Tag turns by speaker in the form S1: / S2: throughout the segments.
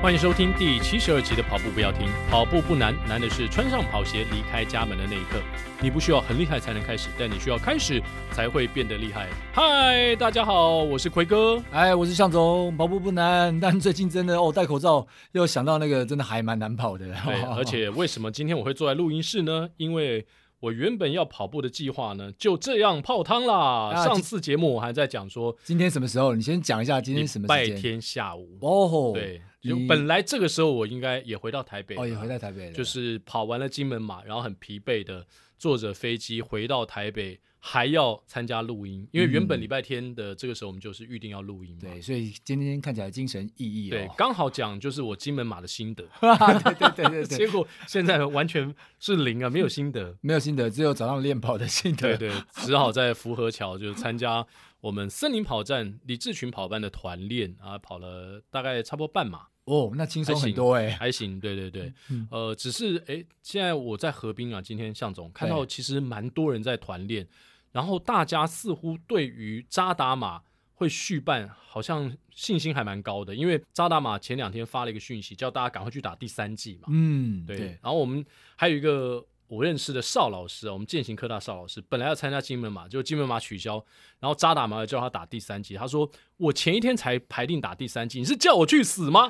S1: 欢迎收听第七十二集的跑步不要停。跑步不难，难的是穿上跑鞋离开家门的那一刻。你不需要很厉害才能开始，但你需要开始才会变得厉害。嗨，大家好，我是奎 哥。
S2: 哎，我是向总，跑步不难，但最近真的哦，戴口罩又想到那个，真的还蛮难跑的。
S1: 对，而且为什么今天我会坐在录音室呢？因为我原本要跑步的计划呢，就这样泡汤啦。
S2: 啊
S1: 上
S2: 今
S1: 次节目我还在讲说，
S2: 今天什么时候？你先讲一下今天什么
S1: 拜
S2: 时间？
S1: 天下午，
S2: 哦，
S1: 对，就
S2: 你
S1: 本来这个时候我应该也回到台北了，
S2: 哦，也回到台北了，
S1: 就是跑完了金门马，然后很疲惫的坐着飞机回到台北，还要参加录音，因为原本
S2: 嗯
S1: 礼拜天的这个时候我们就是预定要录音嘛。
S2: 对，所以今天看起来精神奕奕
S1: 对
S2: 哦。
S1: 刚好讲就是我金门马的心得，
S2: 对对 对对 对，
S1: 结果现在完全是零啊，没有心得。
S2: 没有心得，只有早上练跑的心
S1: 对
S2: 得。
S1: 对，只好在福和桥就参加我们森林跑站李志群跑班的团练啊，跑了大概差不多半马，
S2: 哦，那轻松
S1: 还行
S2: 很多哎。
S1: 还行。对对对，
S2: 嗯
S1: 呃，只是哎，现在我在河滨啊，今天向总看到其实蛮多人在团练，然后大家似乎对于扎达马呃会续办好像信心还蛮高的，因为扎达马前两天发了一个讯息，叫大家赶快去打第三季嘛。
S2: 嗯，
S1: 对，
S2: 对，
S1: 然后我们还有一个我认识的邵老师啊，我们践行科大邵老师，本来要参加金门马，就金门马取消，然后扎打麻叫他打第三季，他说我前一天才排定打第三季，你是叫我去死吗？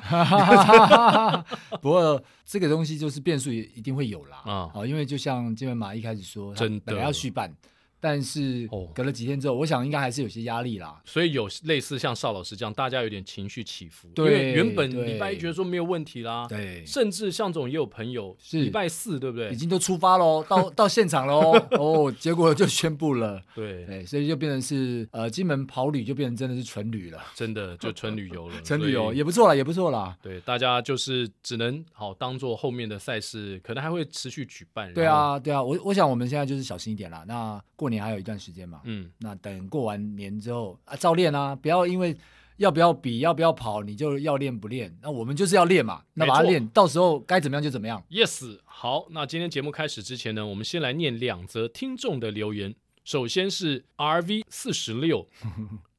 S2: 不过这个东西就是变数也一定会有啦。
S1: 啊
S2: 啊，因为就像金门马一开始说，他
S1: 真的
S2: 本来要续办，但是
S1: 哦
S2: 隔了几天之后，我想应该还是有些压力啦。
S1: 所以有类似像邵老师这样，大家有点情绪起伏，因
S2: 对
S1: 为原本
S2: 对
S1: 礼拜一觉得说没有问题啦，
S2: 对
S1: 甚至向总也有朋友
S2: 是
S1: 礼拜四对不对
S2: 已？经都出发喽， 到到现场喽，哦，结果就宣布了，
S1: 对，
S2: 对，所以就变成是呃，金门跑旅就变成真的是纯旅了，
S1: 真的就纯旅游 了，
S2: 纯旅
S1: 所
S2: 游
S1: 以
S2: 也不错啦，也不错啦。
S1: 对，大家就是只能好当做后面的赛事，可能还会持续举办。
S2: 对
S1: 然后，
S2: 啊，对啊，我我想我们现在就是小心一点啦。那过年还有一段时间嘛，
S1: 嗯，
S2: 那等过完年之后啊，照练啊，不要因为要不要比，要不要跑，你就要练不练。那我们就是要练嘛，那把它
S1: 没错
S2: 练，到时候该怎么样就怎么样。
S1: Yes，好，那今天节目开始之前呢，我们先来念两则听众的留言。首先是 RV 四十 六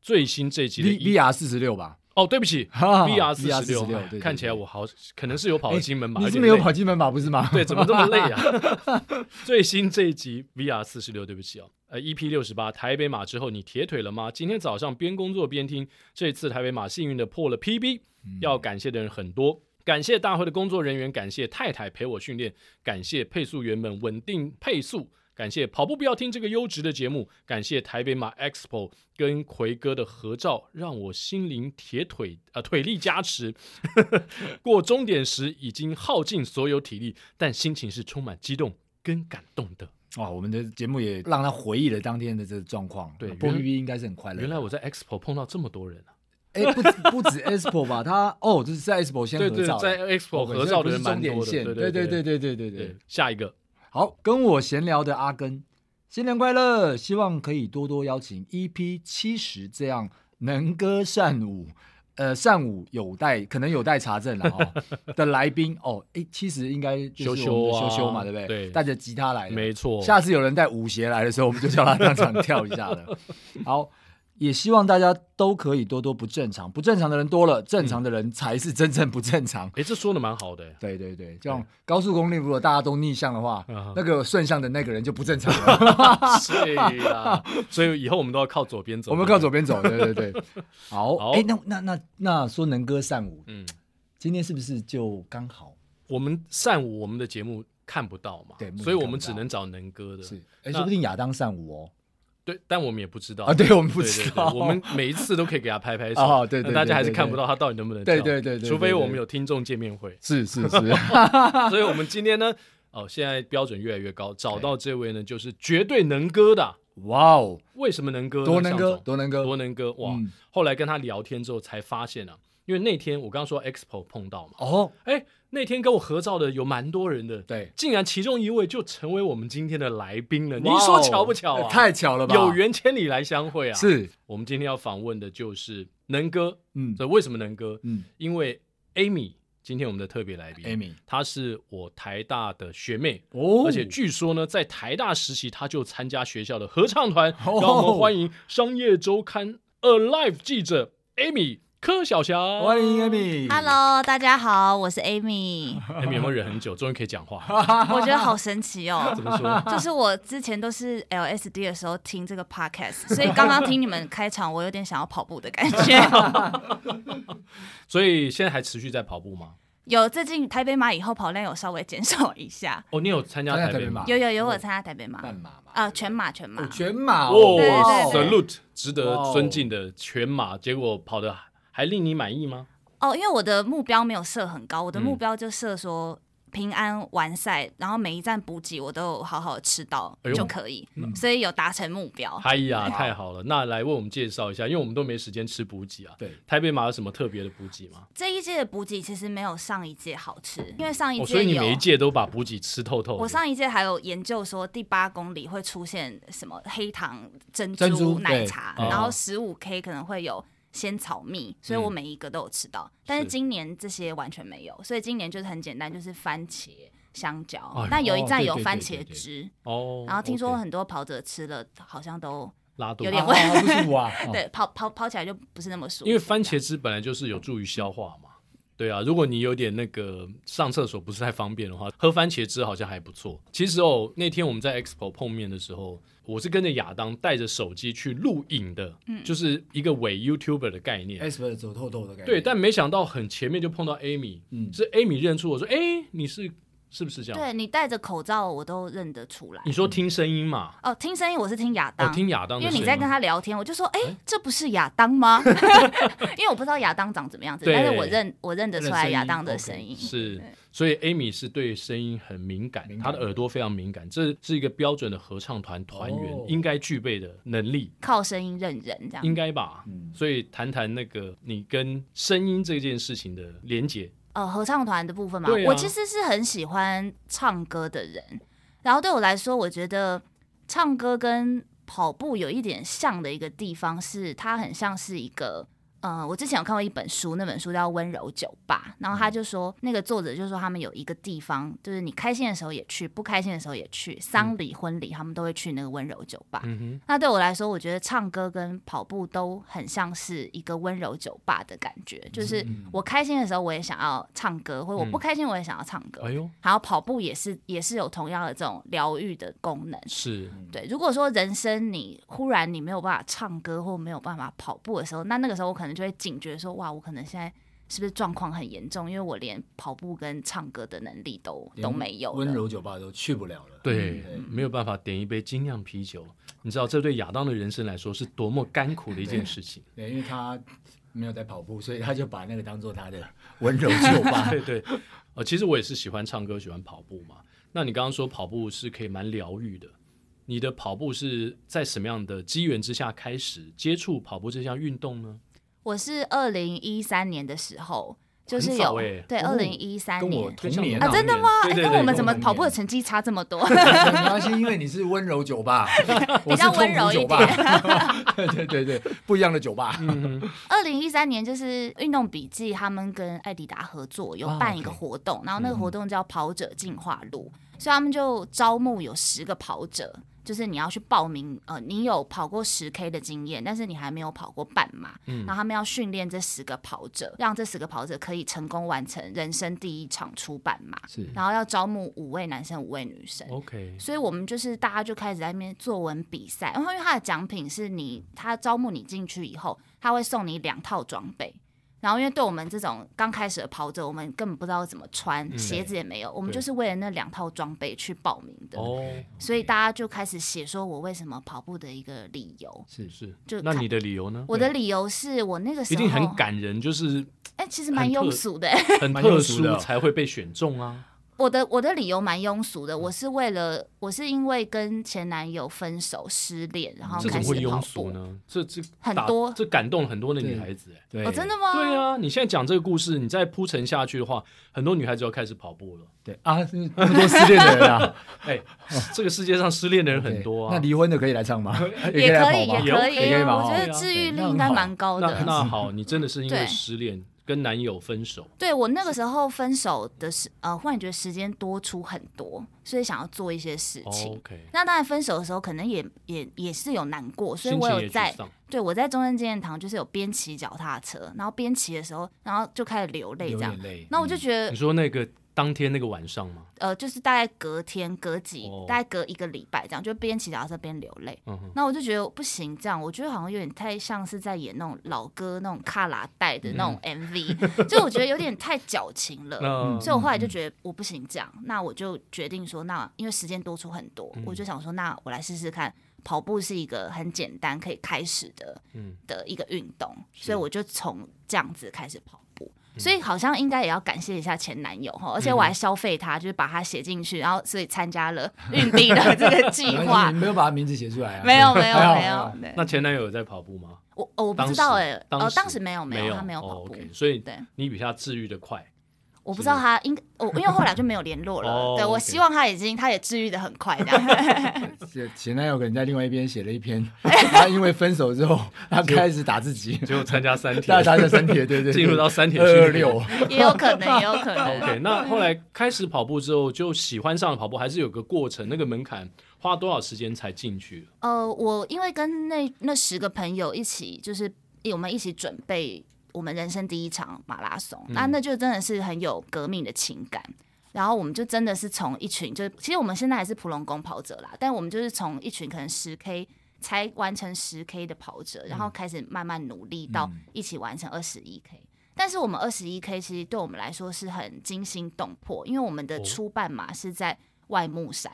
S1: 最新这一集的
S2: V
S1: E-
S2: V R 四十 六吧，
S1: 哦，对不起
S2: 哈哈
S1: ，VR 四十
S2: VR46 对对
S1: 六，哎
S2: 对哎
S1: 看起来我好可能是有跑金门马，
S2: 你是
S1: 点
S2: 没有
S1: 累
S2: 跑金门马不是吗？
S1: 对，怎么这么累啊？最新这一集 VR 四十六，对不起哦，呃，EP 六十八台北马之后你铁腿了吗？今天早上边工作边听，这次台北马幸运的破了 PB，要
S2: 嗯
S1: 感谢的人很多。感谢大会的工作人员，感谢太太陪我训练，感谢配速员们稳定配速，感谢跑步不要听这个优质的节目，感谢台北马 Expo 跟奎哥的合照，让我心灵铁腿啊、呃腿力加持。 过终点时已经耗尽所有体力，但心情是充满激动跟感动的。
S2: 哦，我们的节目也让他回忆了当天的这个状况。
S1: 对
S2: 波
S1: 原
S2: B B 应该是很快乐。
S1: 原来我在 Expo 碰到这么多人啊！
S2: 哎，不止不 止 ESPO 吧，他哦，这是在 ESPO 先合
S1: 对
S2: 照
S1: 对，
S2: 的，
S1: 在 Expo
S2: 哦
S1: 合照的人
S2: 所以不是
S1: 蛮
S2: 终
S1: 多的。
S2: 点线，
S1: 对对
S2: 对对对对对对
S1: 对。，下一个
S2: 好，跟我闲聊的阿根，新年快乐！希望可以多多邀请 EP 七十这样能歌善舞，呃，善舞有待可能有待查证了 哦的来宾哦，哎，七十应该就是我们的
S1: 羞羞啊
S2: 羞羞嘛，对不对？
S1: 对
S2: 带着吉他来的，
S1: 没错，
S2: 哎下次有人带舞鞋来的时候，我们就叫他当场跳一下 了。好，也希望大家都可以多多不正常，不正常的人多了，正常的人才是真正不正常。
S1: 哎，这说的蛮好的。
S2: 对对对，这种高速公路如果大家都逆向的话
S1: 嗯哼，
S2: 那个顺向的那个人就不正常了。
S1: 是啦，所以以后我们都要靠左边走。
S2: 我们靠左边走，对 对对。好，
S1: 好
S2: 哎，那那那那说能歌善舞，
S1: 嗯，
S2: 今天是不是就刚好
S1: 我们善舞我们的节目看不到嘛，
S2: 对目前
S1: 所以我们
S2: 看不到
S1: 只能找能哥的。
S2: 是？哎，
S1: 那
S2: 说不定亚当善舞哦。
S1: 对，但我们也不知道
S2: 啊对我们不
S1: 对对
S2: 知道
S1: 对我们每一次都可以给他拍拍手，
S2: 哦对
S1: 但
S2: 对对
S1: 大家还是
S2: 对对
S1: 看不到他到底能不能
S2: 对
S1: 跳
S2: 对对对对
S1: 除非
S2: 对
S1: 我们有听众见面 会。
S2: 是是是，
S1: 所以我们今天呢，哦，现在标准越来越高，找到这位呢，就是绝对能歌的啊。
S2: 哇哦，
S1: 为什么能歌呢？
S2: 多能
S1: 向
S2: 歌，
S1: 总
S2: 多能歌
S1: 多，能歌哇！
S2: 嗯
S1: 后来跟他聊天之后才发现啊，因为那天我刚刚说 Expo 碰到嘛，
S2: 哦，
S1: 哎，那天跟我合照的有蛮多人的，
S2: 对。
S1: 竟然其中一位就成为我们今天的来宾了。你
S2: 哇哦
S1: 说巧不巧啊？
S2: 太巧了吧！
S1: 有缘千里来相会啊！，
S2: 是，
S1: 我们今天要访问的就是能哥。
S2: 嗯
S1: 这为什么能哥？
S2: 嗯
S1: 因为 Amy 今天我们的特别来宾
S2: ，Amy，
S1: 她是我台大的学妹，
S2: 哦
S1: 而且据说呢，在台大实习，他就参加学校的合唱团。
S2: 哦
S1: 让我们欢迎《商业周刊》Alive 记者 Amy 柯小霞。
S2: 欢迎 Amy。
S3: Hello，大家好，我 是 Amy。
S1: Amy 有没有忍很久？终于可以讲话，
S3: 我觉得好神奇哦，
S1: 怎么说？
S3: 就是我之前都是 LSD 的时候听这个 podcast，所以刚刚听你们开场，我有点想要跑步的感 觉。
S1: 所以现在还持续在跑步吗？
S3: 有最近台北马以后跑量有稍微减少一下，
S1: 哦，你有参加
S2: 参加
S1: 台
S2: 台
S1: 北
S2: 北
S1: 吗
S2: 马？
S3: 有有有我参加台北马，
S1: 嗯
S2: 半马嘛，
S3: 啊，全马全马
S2: 哦，全马
S1: 哇
S2: 哦，
S3: 对对对
S1: ，salute，值得尊敬的全马，结果跑的还令你满意吗？
S3: 哦，因为我的目标没有设很高，我的
S1: 嗯
S3: 目标就设说平安完赛，然后每一站补给我都有好好吃到
S1: 哎呦
S3: 就可以，所以有达成目标。
S1: 哎呀，太好了！那来为我们介绍一下，因为我们都没时间吃补给啊。
S2: 对，
S1: 台北马有什么特别的补给吗？
S3: 这一届的补给其实没有上一届好吃，因为上一
S1: 哦，所
S3: 届
S1: 以你
S3: 有。
S1: 每一届都把补给吃透透的。
S3: 我上一届还有研究说，第八公里会出现什么黑糖珍
S2: 珍珠
S3: 奶茶，
S1: 对
S3: 然
S1: 哦
S3: 后十五 K 可能会有仙草蜜，所以我
S1: 嗯
S3: 每一个都有吃到。但是
S1: 是
S3: 今年这些完全没有，所以今年就是很简单，就是番茄、香蕉
S1: 哎呦。
S3: 那有一
S2: 哦
S3: 站
S2: 对
S3: 有
S2: 对
S3: 番
S2: 对对
S3: 茄
S2: 对
S3: 汁，
S1: 哦，
S3: 然后听说
S1: OK，哦
S3: 很多跑者吃了好像都
S1: 拉肚
S3: 有
S1: 子
S3: 点
S2: 啊
S3: 问
S2: 不舒服啊，哦
S3: 对跑跑跑起来就不是那么舒服，
S1: 因为番茄汁本来就是有助于消化嘛。对啊，如果你有点那个上厕所不是太方便的话，喝番茄汁好像还不错。其实哦，那天我们在 Expo 碰面的时候，我是跟着亚当带着手机去录影的，
S3: 嗯
S1: 就是一个伪 YouTuber 的概
S3: 哎
S1: 念。
S2: ，Asper 走透透的感觉。
S1: 对，但没想到很前面就碰到 Amy，、
S2: 嗯
S1: 是 Amy 认出我说：“哎，你是是不是这样？”
S3: 对你戴着口罩我都认得出来
S1: 你。说听声音嘛，
S3: 哦，听声音我是听亚
S1: 我、
S3: 当，
S1: 嗯哦听亚当
S3: 嗯因
S1: 的
S3: 为
S1: 声音，
S3: 你在跟他聊天，我就说，哎、这不是亚当吗？因为我不知道亚当长怎么样子，
S1: 对
S3: 但是我认我认得出来亚当的
S2: 声
S3: 声
S2: 音
S3: 音。
S1: 是，所以 Amy 是对声音很敏感，
S2: 敏感
S1: 她的耳朵非常敏感，这是一个标准的合唱团团员、
S2: 哦
S1: 应该具备的能力，
S3: 靠声音认人这样。
S1: 应该吧？
S2: 嗯
S1: 所以谈谈那个你跟声音这件事情的连结，
S3: 呃，合唱团的部分嘛，
S1: 对啊
S3: 我其实是很喜欢唱歌的人，然后对我来说，我觉得唱歌跟跑步有一点像的一个地方是，它很像是一个。呃，我之前有看过一本书，那本书叫《温柔酒吧》，然
S1: 嗯
S3: 后他就说，那个作者就说他们有一个地方，就是你开心的时候也去，不开心的时候也去，丧礼、婚礼他们都会去那个温柔酒吧。
S1: 嗯哼，
S3: 那对我来说，我觉得唱歌跟跑步都很像是一个温柔酒吧的感觉，就是
S2: 嗯
S3: 我开心的时候我也想要唱歌，或者我不开心我也想要唱歌。
S1: 哎呦，
S3: 然后跑步也是也是有同样的这种疗愈的功能。
S1: 是
S2: 嗯
S3: 对，如果说人生你忽然你没有办法唱歌或没有办法跑步的时候，那那个时候我可能就会警觉说，哇，我可能现在是不是状况很严重？因为我连跑步跟唱歌的能力都都没有了。
S2: 温柔酒吧都去不了了。
S1: 对，
S2: 嗯
S1: 没有办法点一杯精酿啤酒，你知道这对亚当的人生来说是多么甘苦的一件事情。
S2: 对，因为他没有在跑步，所以他就把那个当做他的温柔酒 吧。
S1: 对对，呃，其实我也是喜欢唱歌，喜欢跑步嘛。那你刚刚说跑步是可以蛮疗愈的，你的跑步是在什么样的机缘之下开始接触跑步这项运动呢？
S3: 我是二零一三年的时候，就
S1: 很
S3: 是
S1: 早
S3: 有、
S1: 欸
S3: 对
S2: 哦
S3: 二零一三
S2: 跟我
S3: 年
S2: 同年
S1: 啊
S3: 真的吗？
S1: 对
S3: 哎
S1: 对
S3: 那
S1: 对
S3: 我们怎么
S2: 跟我同
S3: 跑步的
S2: 年
S3: 成绩差这么多？
S2: 没关系，因为你是温柔酒吧，我
S3: 比
S2: 是
S3: 较
S2: 痛
S3: 温柔
S2: 苦
S3: 一
S2: 酒吧。 对对对，不一样的酒吧。
S1: 嗯
S3: 二零一三年就是运动笔记，他们跟艾迪达合作有
S1: 啊
S3: 办一个
S1: OK
S3: 活动，然后那个活动叫跑者进化路，所以他们就招募有十个跑者，就是你要去报名，呃，你有跑过十 K 的经验，但是你还没有跑过半马，然后他们要训练这十个跑者，让这十个跑者可以成功完成人生第一场出半马，
S2: 是
S3: 然后要招募五位男生，五位女生。
S1: OK，
S3: 所以我们就是大家就开始在那边作文比赛，然后因为他的奖品是你，他招募你进去以后，他会送你两套装备。然后因为对我们这种刚开始的跑者，我们根本不知道怎么穿，鞋子也没有，我们
S1: 嗯对
S3: 就是为了那两套装备去报名的。
S1: 哦，
S3: 所以大家就开始写说我为什么跑步的一个理由。
S2: 是
S1: 是，
S3: 就
S1: 那
S3: 看
S1: 你的理由呢？
S3: 我的理哦由是我那个时
S1: 一
S3: 候
S1: 定很，感人， 就是
S3: 哎、其实蛮
S1: 很特
S3: 庸俗的、
S1: 很
S2: 蛮
S1: 特
S2: 庸俗的
S1: 殊
S2: 哦
S1: 才会被选中啊。
S3: 我的我的理由蛮庸俗的，我是为了我是因为跟前男友分手失恋，然后
S1: 这怎
S3: 开
S1: 么
S3: 始
S1: 会庸
S3: 跑
S1: 俗
S3: 步。
S1: 呢？这这
S3: 很
S1: 打
S3: 多
S1: 这感动了很多的女
S2: 对
S1: 孩子、哎
S2: 对
S3: 哦，真的吗？
S1: 对啊，你现在讲这个故事，你再铺陈下去的话，很多女孩子要开始跑步了。
S2: 对啊， 是那么多失恋的人啊，
S1: 哎、这个世界上失恋的人 很多啊。
S2: 对那离婚的可以来唱 吗？
S3: 也
S2: 来
S3: 可
S2: 跑
S3: 以，
S2: 吗？哦
S3: 也可
S1: 也可以
S3: 以啊，
S2: 嘛
S3: 我觉
S1: 对
S3: 得
S1: 啊
S3: 治愈
S2: 对那
S3: 率
S2: 很
S3: 应该
S2: 好
S3: 蛮高
S1: 那
S3: 的。
S1: 那好，你真的是因为
S3: 对
S1: 失恋跟男友分手，
S3: 对我那个时候分手的时，呃，忽然觉得时间多出很多，所以想要做一些事情。
S1: 哦 OK，
S3: 那当然，分手的时候可能也也也是有难过，所以
S1: 心
S3: 我
S1: 情
S3: 有
S1: 也
S3: 在
S1: 沮丧。
S3: 对我在中正纪念堂就是有边骑脚踏车，然后边骑的时候，然后就开始流泪
S2: 流
S3: 这样
S2: 眼。泪。
S3: 那我就觉得
S1: 你，说那个当天那个晚上吗？
S3: 呃，就是大概隔天、隔几、
S1: 哦
S3: 大概隔一个礼拜这样，就边骑脚踏车边流泪。
S1: 嗯哼，
S3: 那我就觉得不行，这样我觉得好像有点太像是在演那种老歌那种卡拉带的那种 MV，、就我觉得有点太矫情 了。
S1: 那
S3: 所以我后
S1: 嗯
S3: 来就觉得我不行这样，那我就决定说，那因为时间多出很多，我
S1: 嗯
S3: 就想说，那我来试试看，跑步是一个很简单可以开始的
S1: 嗯，
S3: 的一个运动，
S1: 是嗯
S3: 所以我就从这样子开始跑步。所以好像应该也要感谢一下前男友哈，而且我还消费他，就是把他写进去，然后所以参加了运力 的这个计
S2: 没关系
S3: 划
S2: 你。嗯没有把他名字写出来啊？
S3: 没有没有
S2: 还好
S3: 没
S2: 还好
S3: 有，对
S1: 那前男友有在跑步吗？
S3: 我哦我不知道哎、
S1: 当时
S3: 呃，
S1: 当
S3: 当
S1: 时
S3: 时没有
S1: 有，
S3: 有，他没有
S1: 哦
S3: 跑步，
S1: OK，所以
S3: 对
S1: 你比他治愈的快。
S3: 我不知道他应该，我、因为后来就没有联络了。
S1: 哦
S3: 对
S1: OK
S3: 我希望他已经，他也治愈的很快这样。
S2: 写前男友可能在另外一边写了一篇，
S3: 哎
S2: 他因为分手之 后，他开始打自己，
S1: 结果参加三
S2: 大
S1: 天，
S2: 家的身体，对对对，
S1: 进入到三铁训
S2: 二
S1: 练
S2: 六。
S3: 也有可能，也有可 能。
S1: OK，那后来开始跑步之后，就喜欢上了跑步，还是有个过程，那个门槛花多少时间才进去？
S3: 呃，我因为跟那那十个朋友一起，就是我们一起准备我们人生第一场马拉松，那那就真的是很有革命的情感。然后我们就真的是从一群，就其实我们现在还是普龙宫跑者啦，但我们就是从一群可能十 K 才完成十 K 的跑者，然后开始慢慢努力到一起完成二十一 K。但是我们二十一 K 其实对我们来说是很惊心动魄，因为我们的
S1: 哦
S3: 初半马是在外木山，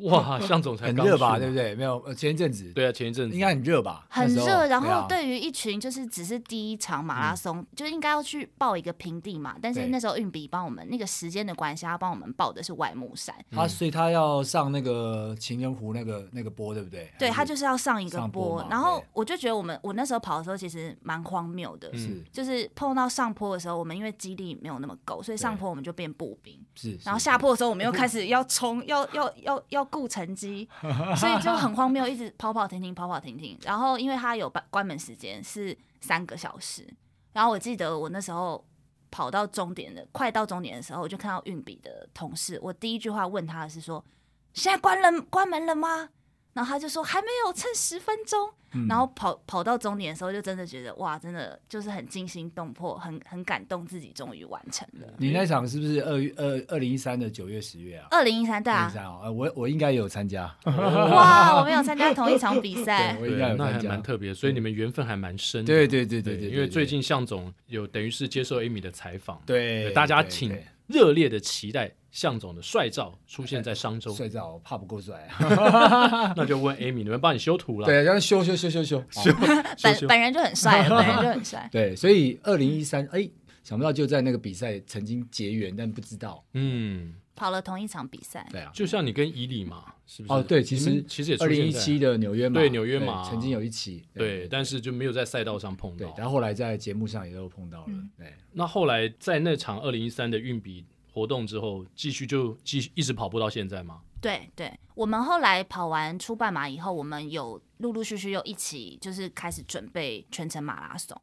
S1: 哇， 向总才
S2: 很
S1: 刚
S2: 热
S1: 去嘛
S2: 吧，对不？对？没有，呃前一阵子
S1: 对啊，前一阵子
S2: 应该很热吧，
S3: 很
S2: 那时候
S3: 热，然后
S2: 啊嗯
S3: 对于一群就是只是第一场马拉松，就应该要去报一个平地嘛，但是
S2: 对
S3: 那时候运笔帮我们那个时间的关系，他帮我们报的是外木山，
S2: 他，所以他要上那个情人湖那个那个波，对不对？
S3: 对
S2: 还
S3: 他就是要上一个
S2: 上坡
S3: 坡
S2: 嘛，
S3: 然后
S2: 对嗯
S3: 我就觉得我们我那时候跑的时候其实蛮荒谬的，
S2: 是
S3: 就是嗯碰到上坡的时候，我们因为肌力没有那么够，所以上
S2: 对
S3: 坡我们就变步兵，
S2: 是，
S3: 然后
S2: 是
S3: 下坡的时候我们又开始要冲， 要要要要顾成绩，所以就很荒谬，一直跑跑停停，跑跑停停。然后因为它有关关门时间是三个小时，然后我记得我那时候跑到终点的，快到终点的时候，我就看到运笔的同事，我第一句话问他的是说：“现在关了关门了吗？”然后他就说还没有，剩十分钟。然后跑跑到终点的时候，就真的觉得哇，真的就是很惊心动魄，很很感动，自己终于完成了。
S2: 你那场是不是二月二二零一三的九月十月啊？
S3: 二零一三，对
S2: 二零
S3: 啊
S2: 一，三哦，呃我我应该有参加，
S3: 哇，我没有参加同一场比赛
S2: 对我
S1: 对
S2: 应该有
S1: 那还
S2: 参
S1: 蛮
S2: 加。
S1: 特别，所以你们缘分还蛮深的。
S2: 对对对对对，
S1: 因为最
S2: 对
S1: 近向总有等于是接受 Amy 的采访，
S2: 对
S1: 大家
S2: 对
S1: 请
S2: 对
S1: 热烈的期待向总的帅照出现在商周。
S2: 帅照，我怕不够帅啊。
S1: 那就问 Amy，你们帮你修图了。
S2: 对，要修修修修修 修。。
S1: 修修
S3: 本本人就很帅了，本人就很帅
S2: 对，所以二零一三，哎，想不到就在那个比赛曾经结缘，但不知道。
S1: 嗯，
S3: 跑了同一场比赛，
S2: 对啊，
S1: 就像你跟伊里嘛，是不是？
S2: 哦，对，其
S1: 你
S2: 实
S1: 们其实也出
S2: 二
S1: 现在
S2: 零一七的纽约马，
S1: 对纽约马
S2: 曾经有一期，
S1: 对，但是就没有在赛道上碰
S2: 对
S1: 到，。
S2: 然后后来在节目上也都碰到了
S3: 嗯，
S2: 对，
S1: 那后来在那场二零一三的运笔活动之后，继续就继续一直跑步到现在吗？
S3: 对对，我们后来跑完初半马以后，我们有陆陆续续又一起就是开始准备全程马拉松。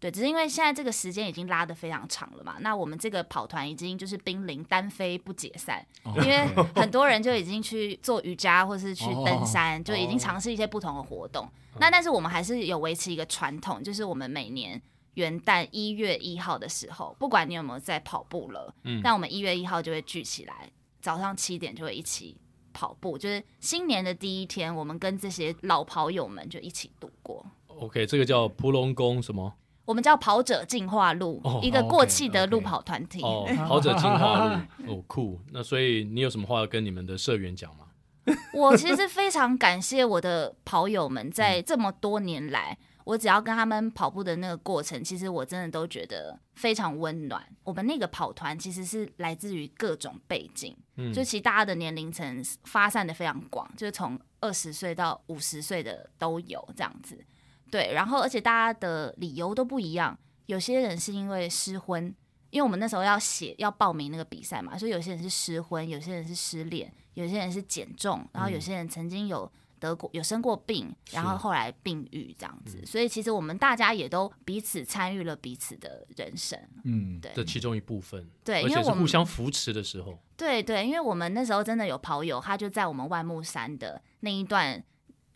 S3: 对，只是因为现在这个时间已经拉得非常长了嘛，那我们这个跑团已经就是濒临单飞不解散，
S2: 哦
S3: 因为很多人就已经去做瑜伽或是去
S2: 哦
S3: 登山，就已
S1: 哦
S3: 经尝试一些不同的活动。
S1: 嗯
S3: 那但是我们还是有维持一个传统，就是我们每年元旦一月一号的时候，不管你有没有在跑步了，
S1: 嗯
S3: 但我们一月一号就会聚起来，早上七点就会一起跑步，就是新年的第一天，我们跟这些老跑友们就一起度过。
S1: OK，这个叫蒲龙宫什么？
S3: 我们叫跑者进化路，
S1: 哦
S3: 一个过气的路
S2: OK，OK
S3: 跑团体。
S1: 哦，跑者进化路。哦，酷。那所以你有什么话要跟你们的社员讲吗？
S3: 我其实非常感谢我的跑友们，在这么多年来，我只要跟他们跑步的那个过程，其实我真的都觉得非常温暖。我们那个跑团其实是来自于各种背景，
S1: 嗯
S3: 就其实大家的年龄层发散的非常广，就是从二十岁到五十岁的都有这样子。对，然后而且大家的理由都不一样，有些人是因为失婚，因为我们那时候要写要报名那个比赛嘛，所以有些人是失婚，有些人是失恋，有些人是减重，然后有些人曾经有得过有生过病，然
S1: 嗯
S3: 后
S1: 是嗯
S3: 后来病愈这样子，所以其实我们大家也都彼此参与了彼此的人生，
S2: 嗯，
S3: 对
S1: 的其中一部分，而
S3: 对因为
S1: 且是
S3: 我们
S1: 互相扶持的时候，
S3: 对对，因为我们那时候真的有跑友，她就在我们万木山的那一段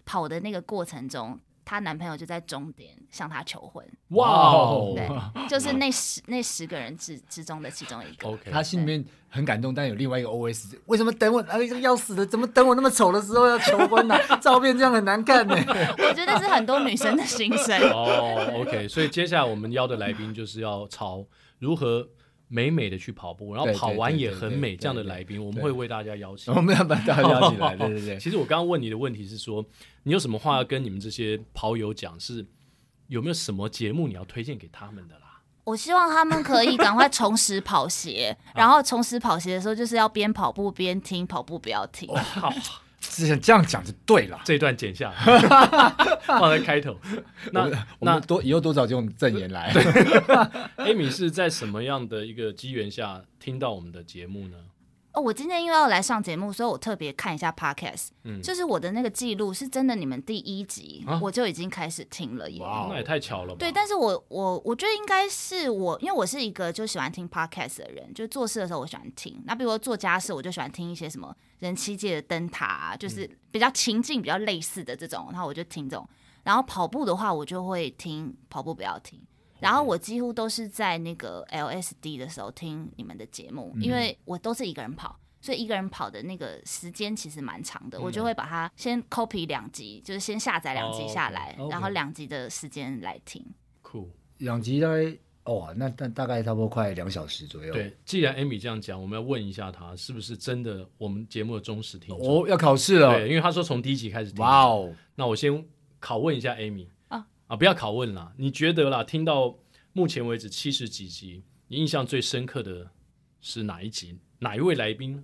S3: 跑的那个过程中，她男朋友就在终点向她求婚，
S1: 哇
S3: 对
S1: 哦
S3: 就是那十那十个人之之中的其中一个。
S1: ，OK，
S2: 他心里面很感动，但有另外一个 OS：为什么等我？哎，要死的，怎么等我那么丑的时候要求婚呢、 照片这样很难看呢、
S3: 我觉得是很多女生的心 声。
S1: 哦，OK，所以接下来我们邀的来宾就是要朝如何美美的去跑步，然后
S2: 对对
S1: 跑完
S2: 对
S1: 也
S2: 对
S1: 很
S2: 对
S1: 美
S2: 对
S1: 这样的
S2: 对
S1: 来宾，我们
S2: 对
S1: 会为大家邀请
S2: 我。们要把大家邀起来，对对对。
S1: 其实我刚刚问你的问题是说，你有什么话要跟你们这些跑友讲？是有没有什么节目你要推荐给他们的 啦？
S3: 我希望他们可以赶快重拾 跑鞋，然后重拾跑鞋的时候，就是要边跑步边听，跑步不要停。
S1: 好，
S2: 之前这样讲就对了。
S1: 这一段剪下 来，放在开头。 那
S2: 我们
S1: 那
S2: 多以后多找这种证言来。
S1: 艾米是在什么样的一个机缘下听到我们的节目呢？
S3: 哦，我今天因为要来上节目，所以我特别看一下 podcast，、
S1: 嗯
S3: 就是我的那个记录是真的，你们第一集、
S1: 啊
S3: 我就已经开始听了耶。
S2: 哇哦
S1: 那也太巧了吧？
S3: 对，但是我我我觉得应该是我，因为我是一个就喜欢听 podcast 的人，就做事的时候我喜欢听。那比如说做家事，我就喜欢听一些什么人妻界的灯塔、啊，
S1: 嗯
S3: 就是比较情境比较类似的这种，然后我就听这种。然后跑步的话，我就会听跑步不要听。然后我几乎都是在那个 LSD 的时候听你们的节目，
S1: 嗯
S3: 因为我都是一个人跑，所以一个人跑的那个时间其实蛮长的。我就会把它先 copy 两集，就是先下载两集
S1: 嗯哦
S3: 下
S1: ，OK，
S3: 来，
S1: OK
S3: 然后两集的时间来听。
S1: 酷。
S2: 两集大概哦，那那大概差不多快两小时左右。，
S1: 对，既然 Amy 这样讲，我们要问一下她是不是真的我们节目的忠实听众。
S2: 哦，要考试了
S1: 对，，因为她说从第一集开始听。
S2: 哇哦！
S1: 那我先拷问一下 Amy
S3: 啊
S1: 不要拷问啦，你觉得啦，听到目前为止七十几集，你印象最深刻的是哪一集？哪一位来宾呢？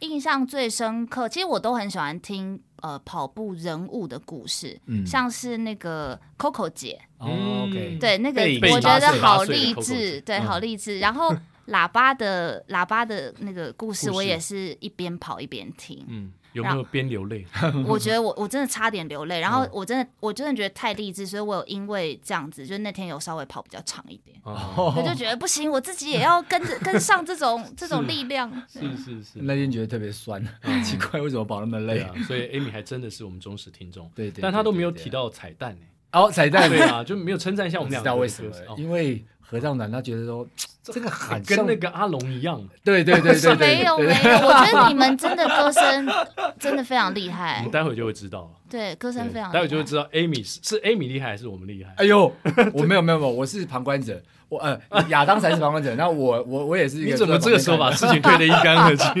S3: 印象最深刻，其实我都很喜欢听呃跑步人物的故事，
S2: 嗯
S3: 像是那个 Coco 姐，
S1: 嗯
S2: 哦 OK，
S3: 对那个
S2: 背
S1: 影
S3: 我觉得
S1: 18
S3: 好
S1: 岁的
S3: 励
S1: Coco 姐
S3: 志，对，
S2: 嗯
S3: 好励志。然后喇叭的喇叭的那个故事，
S1: 故事
S3: 我也是一边跑一边 听，
S1: 嗯，有没有
S3: 啊
S1: 边流泪？
S3: 我觉得我我真的差点流泪，然
S1: 哦
S3: 后我真的我真的觉得太励志，所以我有因为这样子，就那天有稍微跑比较长一点。
S1: 哦，
S3: 我就觉得不行，我自己也要跟着 跟上这种这种力量。
S1: 是是是，
S2: 那天觉得特别 酸，奇怪为什么跑那么
S1: 嗯对
S2: 累
S1: 啊？，所以 Amy 还真的是我们忠实听众，
S2: 对对对
S1: 但她都没有
S2: 对对
S1: 提到彩蛋呢。
S2: 哦，彩蛋
S1: 对啊，就没有称赞一下我
S2: 不
S1: 们两
S2: 知道
S1: 个
S2: 为
S1: 的
S2: 什么
S1: 歌手，哦，
S2: 因为合唱团他觉得说这个很
S1: 跟
S2: 像
S1: 那个阿龙一样，
S2: 对对对对对，
S3: 没有没有，我 觉得你们真的歌声真的非常厉
S1: 我
S3: 害
S1: 们，待会就会知道了。
S3: 对，歌声
S1: 对
S3: 非常厉害。
S1: 待会就会知道 Amy 是是 Amy 厉害还是我们厉害。
S2: 哎呦，我没有没有没有，我是旁观者，我呃亚当才是旁观者，那我我我也是一个
S1: 你怎么这个时候把
S2: 吧？
S1: 事情推得一干二净？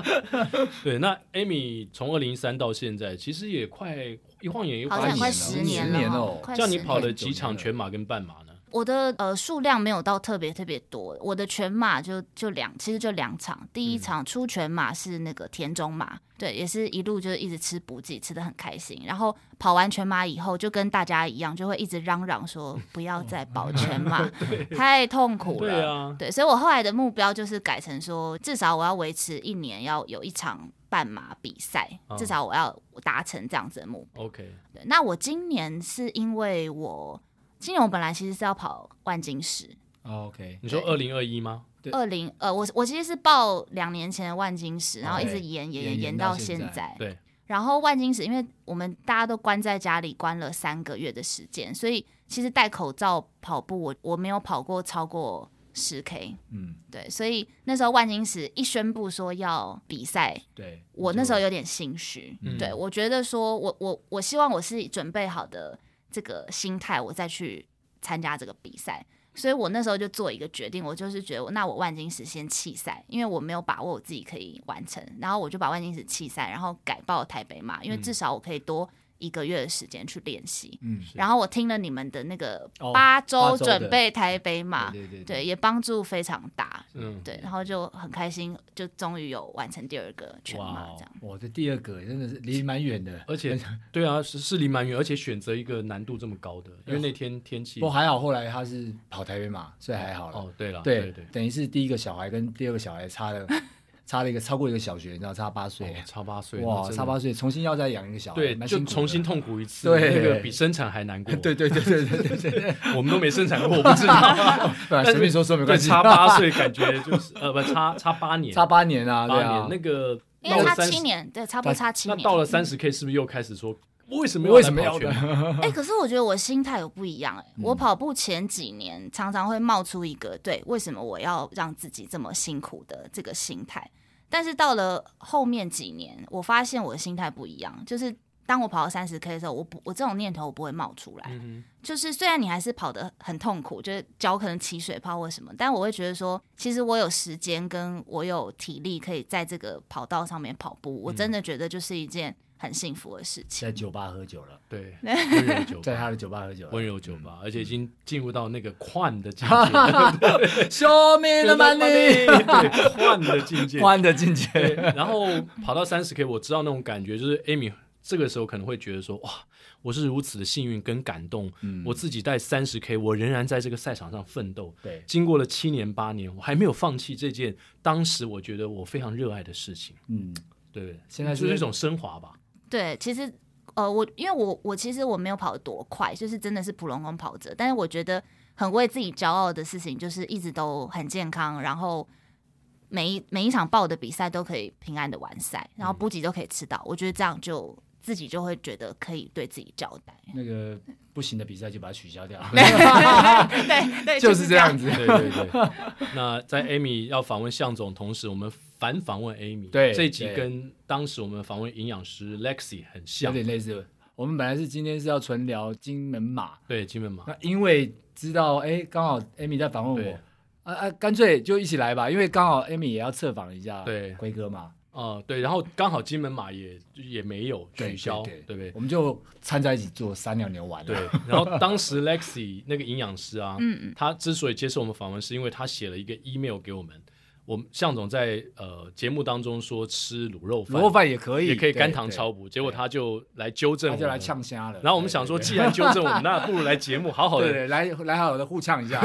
S1: 对，那 Amy 从二零一三到现在，其实也快一晃眼，也
S3: 好
S1: 八
S3: 像也
S1: 年
S3: 快
S1: 了
S3: 十
S2: 啊年
S3: 了哈，
S2: 哦
S3: 快
S1: 这样你
S3: 10
S1: 跑
S3: 年
S1: 了
S2: 了
S1: 几场全马跟半马呢？
S3: 我的呃数量没有到特别特别多，我的全马就就两，其实就两
S2: 嗯
S3: 场。第一场出全马是那个田中马，对，也是一路就是一直吃补给，吃的很开心。然后跑完全马以后，就跟大家一样，就会一直嚷嚷说不要再跑全 马，太痛苦了。
S1: 对啊，
S3: 对，所以我后来的目标就是改成说，至少我要维持一年要有一场半马比赛，
S1: 哦
S3: 至少我要达成这样子的目标
S1: OK，
S3: 对，那我今年是因为我今年我本来其实是要跑万金石，
S2: 哦 OK，
S1: 你说二零二一吗？
S2: 对
S3: 二零呃，我我其实是报两年前的万金石，然后一直
S2: 哦对
S3: 延
S2: 延
S3: 延延
S2: 延
S3: 延
S2: 到
S3: 到
S2: 现
S3: 现
S2: 在
S3: 在。
S1: 对，
S3: 然后万金石，因为我们大家都关在家里关了三个月的时间，所以其实戴口罩跑步我，我没有跑过超过十 K。
S2: 嗯
S3: 对，所以那时候万金石一宣布说要比赛，
S2: 对，
S3: 我那时候有点心虚，
S1: 嗯
S3: 对我觉得说我我我希望我是准备好的这个心态，我再去参加这个比赛。所以我那时候就做一个决定，我就是觉得我那我万金石先弃赛，因为我没有把握我自己可以完成，然后我就把万金石弃赛，然后改报台北马，因为
S1: 嗯
S3: 至少我可以多一个月的时间去练习。
S2: 嗯
S1: 是
S3: 然后我听了你们的那个
S2: 哦
S3: 八
S2: 八
S3: 周
S2: 周的
S3: 准备台北马，
S2: 对对
S3: 对，也帮助非常大。
S1: 嗯，
S3: 对，然后就很开心，就终于有完成第二个全
S1: 哇
S3: 马
S1: 哦
S3: 这样。
S2: 我的第二个真的是离蛮远的，
S1: 而且对啊，是是离蛮远，而且选择一个难度这么高的，因为那天天气
S2: 不过还好后来他是跑台北马，所以还好了。
S1: 哦，对了，
S2: 对
S1: 对对，
S2: 等于是第一个小孩跟第二个小孩差了差了一个超过一个小学，你知道差八岁
S1: 哦，差八岁
S2: 哇，差八
S1: 岁，
S2: 岁重新要再养一个小孩，
S1: 对，
S2: 蛮
S1: 就
S2: 辛苦的
S1: 重新痛苦一次，
S2: 对
S1: 那个比生产还难过。
S2: 对对对对对对对，
S1: 我们都没生产过，我不知道。
S2: 对，随便说说没
S1: 对，
S2: 关系，
S1: 差八岁感觉就是呃，不差差八年，
S2: 差八年啊，
S1: 八
S2: 对
S1: 年、
S2: 啊，
S1: 那个
S3: 因
S1: 到
S3: 为
S1: 了
S3: 差
S1: 30
S3: 七，年，对，差不多差七
S1: 那
S3: 年。
S1: 到了三十 K 是不是又开始说为什么
S2: 为什么要
S1: 要来跑 圈？
S2: 的？
S3: 哎、可是我觉得我心态有不一样哎、我
S1: 嗯
S3: 跑步前几年常常会冒出一个对，为什么我要让自己这么辛苦的这个心态，但是到了后面几年，我发现我的心态不一样，就是当我跑到三十 K 的时候，我不我这种念头我不会冒出来，
S1: 嗯
S3: 就是虽然你还是跑得很痛苦，就是脚可能起水泡或什么，但我会觉得说，其实我有时间跟我有体力可以在这个跑道上面跑步，我真的觉得就是一件很幸福的事情。
S2: 在酒吧喝酒了，
S1: 对， 温柔酒
S2: 在他
S1: 吧，
S2: 的酒吧喝酒了，
S1: 温柔酒
S2: 嗯
S1: 吧，而且已经进入到那个换的境界，
S2: Show me the money，
S1: 对，换的境界，
S2: 关的境
S1: 对，
S2: 界，
S1: 然后跑到三十 K，我知道那种感觉，就是 Amy 这个时候可能会觉得说，哇，我是如此的幸运跟感动，
S2: 嗯
S1: 我自己在三十 K，我仍然在这个赛场上奋斗。
S2: 对
S1: 经过了七年八年，我还没有放弃这件当时我觉得我非常热爱的事情，
S2: 嗯，
S1: 对不对？
S2: 现在是
S1: 就是一种升华吧，
S3: 对，其实呃，我因为我我其实我没有跑得多快，就是真的是普龙宫跑者，但是我觉得很为自己骄傲的事情，就是一直都很健康，然后每一每一场报的比赛都可以平安的完赛，然后补给都可以吃到，我觉得这样就自己就会觉得可以对自己交代。
S2: 那个不行的比赛就把它 取消掉，
S3: 对 对，
S2: 就是这样。子。
S1: 对对对。那在 Amy 要访问向总同时，我们反访问 Amy，
S2: 对
S1: 这一集
S2: 对
S1: 跟当时我们访问营养师 Lexi 很
S2: 有
S1: 像，
S2: 点类似。我们本来是今天是要纯聊金门马，
S1: 对，金门马，
S2: 那因为知道哎，刚好 Amy 在访问
S1: 对
S2: 我，啊啊，干脆就一起来吧，因为刚好 Amy 也要测访一下
S1: 对
S2: 辉哥嘛，
S1: 哦，对，然后刚好金门马也也没有
S2: 对
S1: 取消，
S2: 对
S1: 不对
S2: 我？们就掺在一起做三两啊牛丸了。
S1: 对，然后当时 Lexi 那个营养师啊，
S3: 嗯嗯，
S1: 他之所以接受我们访问，是因为他写了一个 email 给我们。我们向总在呃节目当中说吃卤肉饭，
S2: 卤肉饭也可以，
S1: 也可以
S2: 对
S1: 甘糖
S2: 对
S1: 超补，结果他就来纠正
S2: 他
S1: 我
S2: 就来
S1: 们。
S2: 呛虾了。
S1: 然后我们想说，既然纠正我们，那不如来节目好好
S2: 对对
S1: 的，
S2: 对，来来好好的互 呛一下。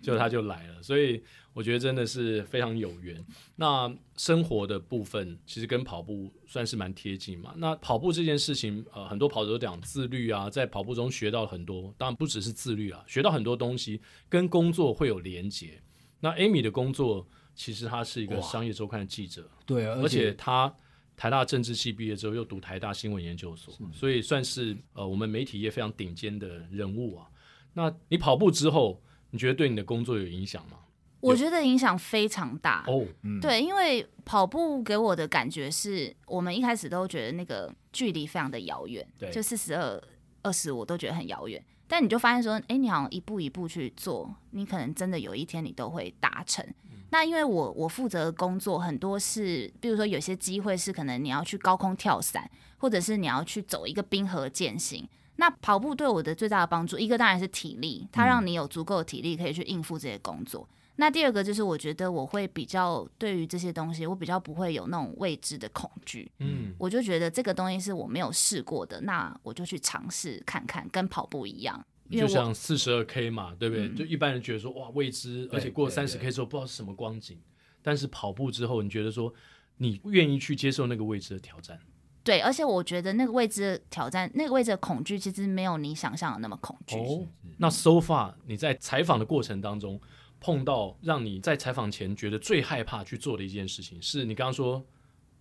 S1: 就他就来了。所以我觉得真的是非常有缘。那生活的部分其实跟跑步算是蛮贴近嘛。那跑步这件事情，呃，很多跑者都讲自律啊，在跑步中学到很多，当然不只是自律啊，学到很多东西跟工作会有连结。那 Amy 的工作其实她是一个
S2: 哇
S1: 商业周刊的记者，
S2: 对，
S1: 而
S2: 而
S1: 且
S2: 且
S1: 她台大政治系毕业之后又读台大新闻研究所，所以算是呃我们媒体业非常顶尖的人物啊。那你跑步之后，你觉得对你的工作有影响吗？
S3: 我觉得影响非常大。
S1: 哦，
S3: 对，因为跑步给我的感觉是，我们一开始都觉得那个距离非常的遥远，
S2: 对
S3: 就四十二、二十，我都觉得很遥远。但你就发现说，哎，你好像一步一步去做，你可能真的有一天你都会达成。那因为我我负责的工作很多是，比如说有些机会是可能你要去高空跳伞，或者是你要去走一个冰河健行。那跑步对我的最大的帮助，一个当然是体力，它让你有足够的体力可以去应付这些工作。那第二个就是，我觉得我会比较对于这些东西，我比较不会有那种未知的恐惧。
S1: 嗯，
S3: 我就觉得这个东西是我没有试过的，那我就去尝试看看，跟跑步一样。因
S1: 就
S3: 为我嗯
S1: 像四十二 K 嘛，对不对？就一般人觉得说哇未知，而且过
S2: 对
S1: 三十 K 之后不知道是什么光景，但是跑步之后，你觉得说你愿意去接受那个未知的挑战，
S3: 对，而且我觉得那个位置的挑战，那个位置的恐惧，其实没有你想象的那么恐惧。
S1: 哦，那 so far 你在采访的过程当中碰到让你在采访前觉得最害怕去做的一件事情，是你刚刚说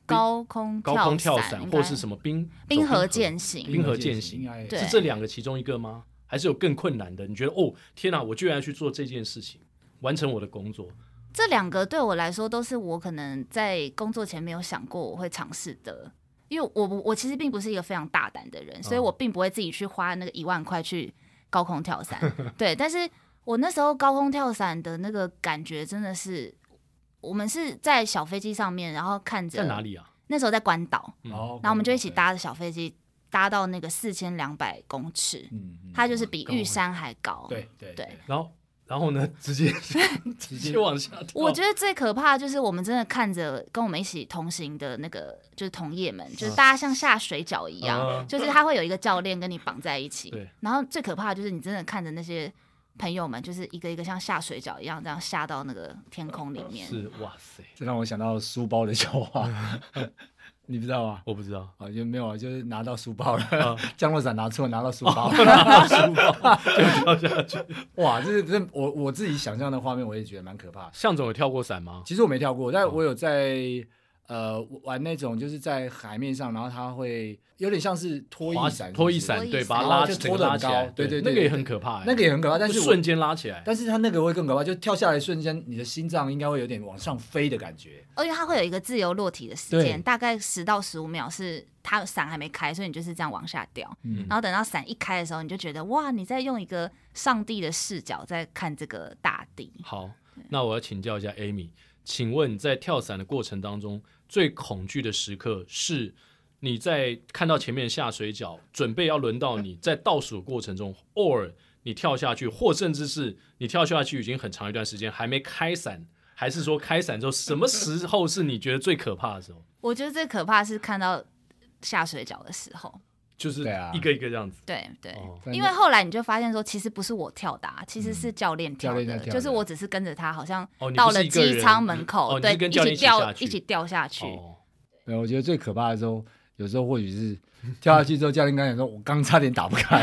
S3: 高空
S1: 高空跳
S3: 伞
S1: 伞或是
S3: 么
S1: 什么冰
S3: 冰河
S1: 剑，
S3: 健行，
S1: 冰河健
S2: 应
S1: 行，
S2: 该
S3: 对
S1: 是这两个其中一个吗？还是有更困难的？你觉得哦天哪，我居然要去做这件事情，完成我的工作，
S3: 这两个对我来说都是我可能在工作前没有想过我会尝试的，因为我不我其实并不是一个非常大胆的人，所以我并不会自己去花那个一万块去高空跳伞。对，但是我那时候高空跳伞的那个感觉真的是，我们是在小飞机上面，然后看着
S1: 在哪？里啊？
S3: 那时候在关岛，
S2: 哦，
S3: 然后我们就一起搭着小飞机搭到那个四千两百公尺，
S2: 嗯，嗯，
S3: 它就是比
S1: 高
S3: 玉山还高。
S2: 对对
S3: 对
S1: 然后，然后 呢，直接直接往下跳。
S3: 我觉得最可怕的就是我们真的看着跟我们一起同行的那个就是同业们，就是大家像下水饺一样，
S1: 啊
S3: 就是他会有一个教练跟你绑在一起
S1: 对，
S3: 然后最可怕的就是你真的看着那些朋友们就是一个一个像下水饺一样这样下到那个天空里面。
S1: 是哇塞，
S2: 这让我想到书包的笑 话，你不知道吗？
S1: 我不知道，
S2: 啊，就没有啊，就是拿到书包
S1: 啊哦
S2: 了， 降落伞拿错， 拿到书包，
S1: 书包就掉下去。
S2: 哇，这是这是我我自己想象的画面，我也觉得蛮可怕的。
S1: 向总有跳过伞吗？
S2: 其实我没跳过，
S1: 啊
S2: 但我有在、呃玩那种就是在海面上，然后它会有点像是拖
S1: 滑
S2: 衣伞，
S1: 拖衣
S2: 是不
S1: 伞，
S2: 是
S3: 拖衣
S1: 对，
S3: 伞
S1: 把它
S2: 然
S1: 拉
S2: 后就
S1: 整
S2: 拖
S1: 个
S2: 得
S1: 拉
S2: 很
S1: 起来，
S2: 高对对对
S1: 那个也很可怕欸，
S2: 那个也很可怕，但是
S1: 就
S2: 我
S1: 瞬，间拉起来。
S2: 但是它那个会更可怕，就跳下来瞬间，你的心脏应该会有点往上飞的感觉。
S3: 而且它会有一个自由落体的时
S2: 对
S3: 间，大概十到十五秒是它伞还没开，所以你就是这样往下掉。
S2: 嗯
S3: 然后等到伞一开的时候，你就觉得哇，你在用一个上帝的视角在看这个大地。
S1: 好，那我要请教一下 Amy，请问你在跳伞的过程当中，最恐惧的时刻是你在看到前面下水饺，准备要轮到你，在倒数的过程中，or 你跳下去，或甚至是你跳下去已经很长一段时间还没开伞，还是说开伞之后，什么时候是你觉得最可怕的时候？
S3: 我觉得最可怕是看到下水饺的时候。
S1: 就是
S2: 对啊
S1: 一个一个这样子。
S3: 对对，
S1: 哦嗯
S2: 但
S3: 因
S2: 那
S3: 为后来你就发现说，其实不是我跳的、啊，其实是教练跳
S2: 教
S3: 的，
S2: 练在跳的
S3: 就是我只是跟着他，好像
S1: 哦你不
S3: 到
S1: 是
S3: 了
S1: 一个人
S3: 机舱门口，
S1: 哦你
S3: 对，
S1: 是跟教练
S3: 一
S1: 一起
S3: 起掉
S1: 下去
S3: 起掉下去。
S1: 哦，
S2: 对，我觉得最可怕的时候，有时候或许是跳下去之后，教练刚才说，我刚差点打不开，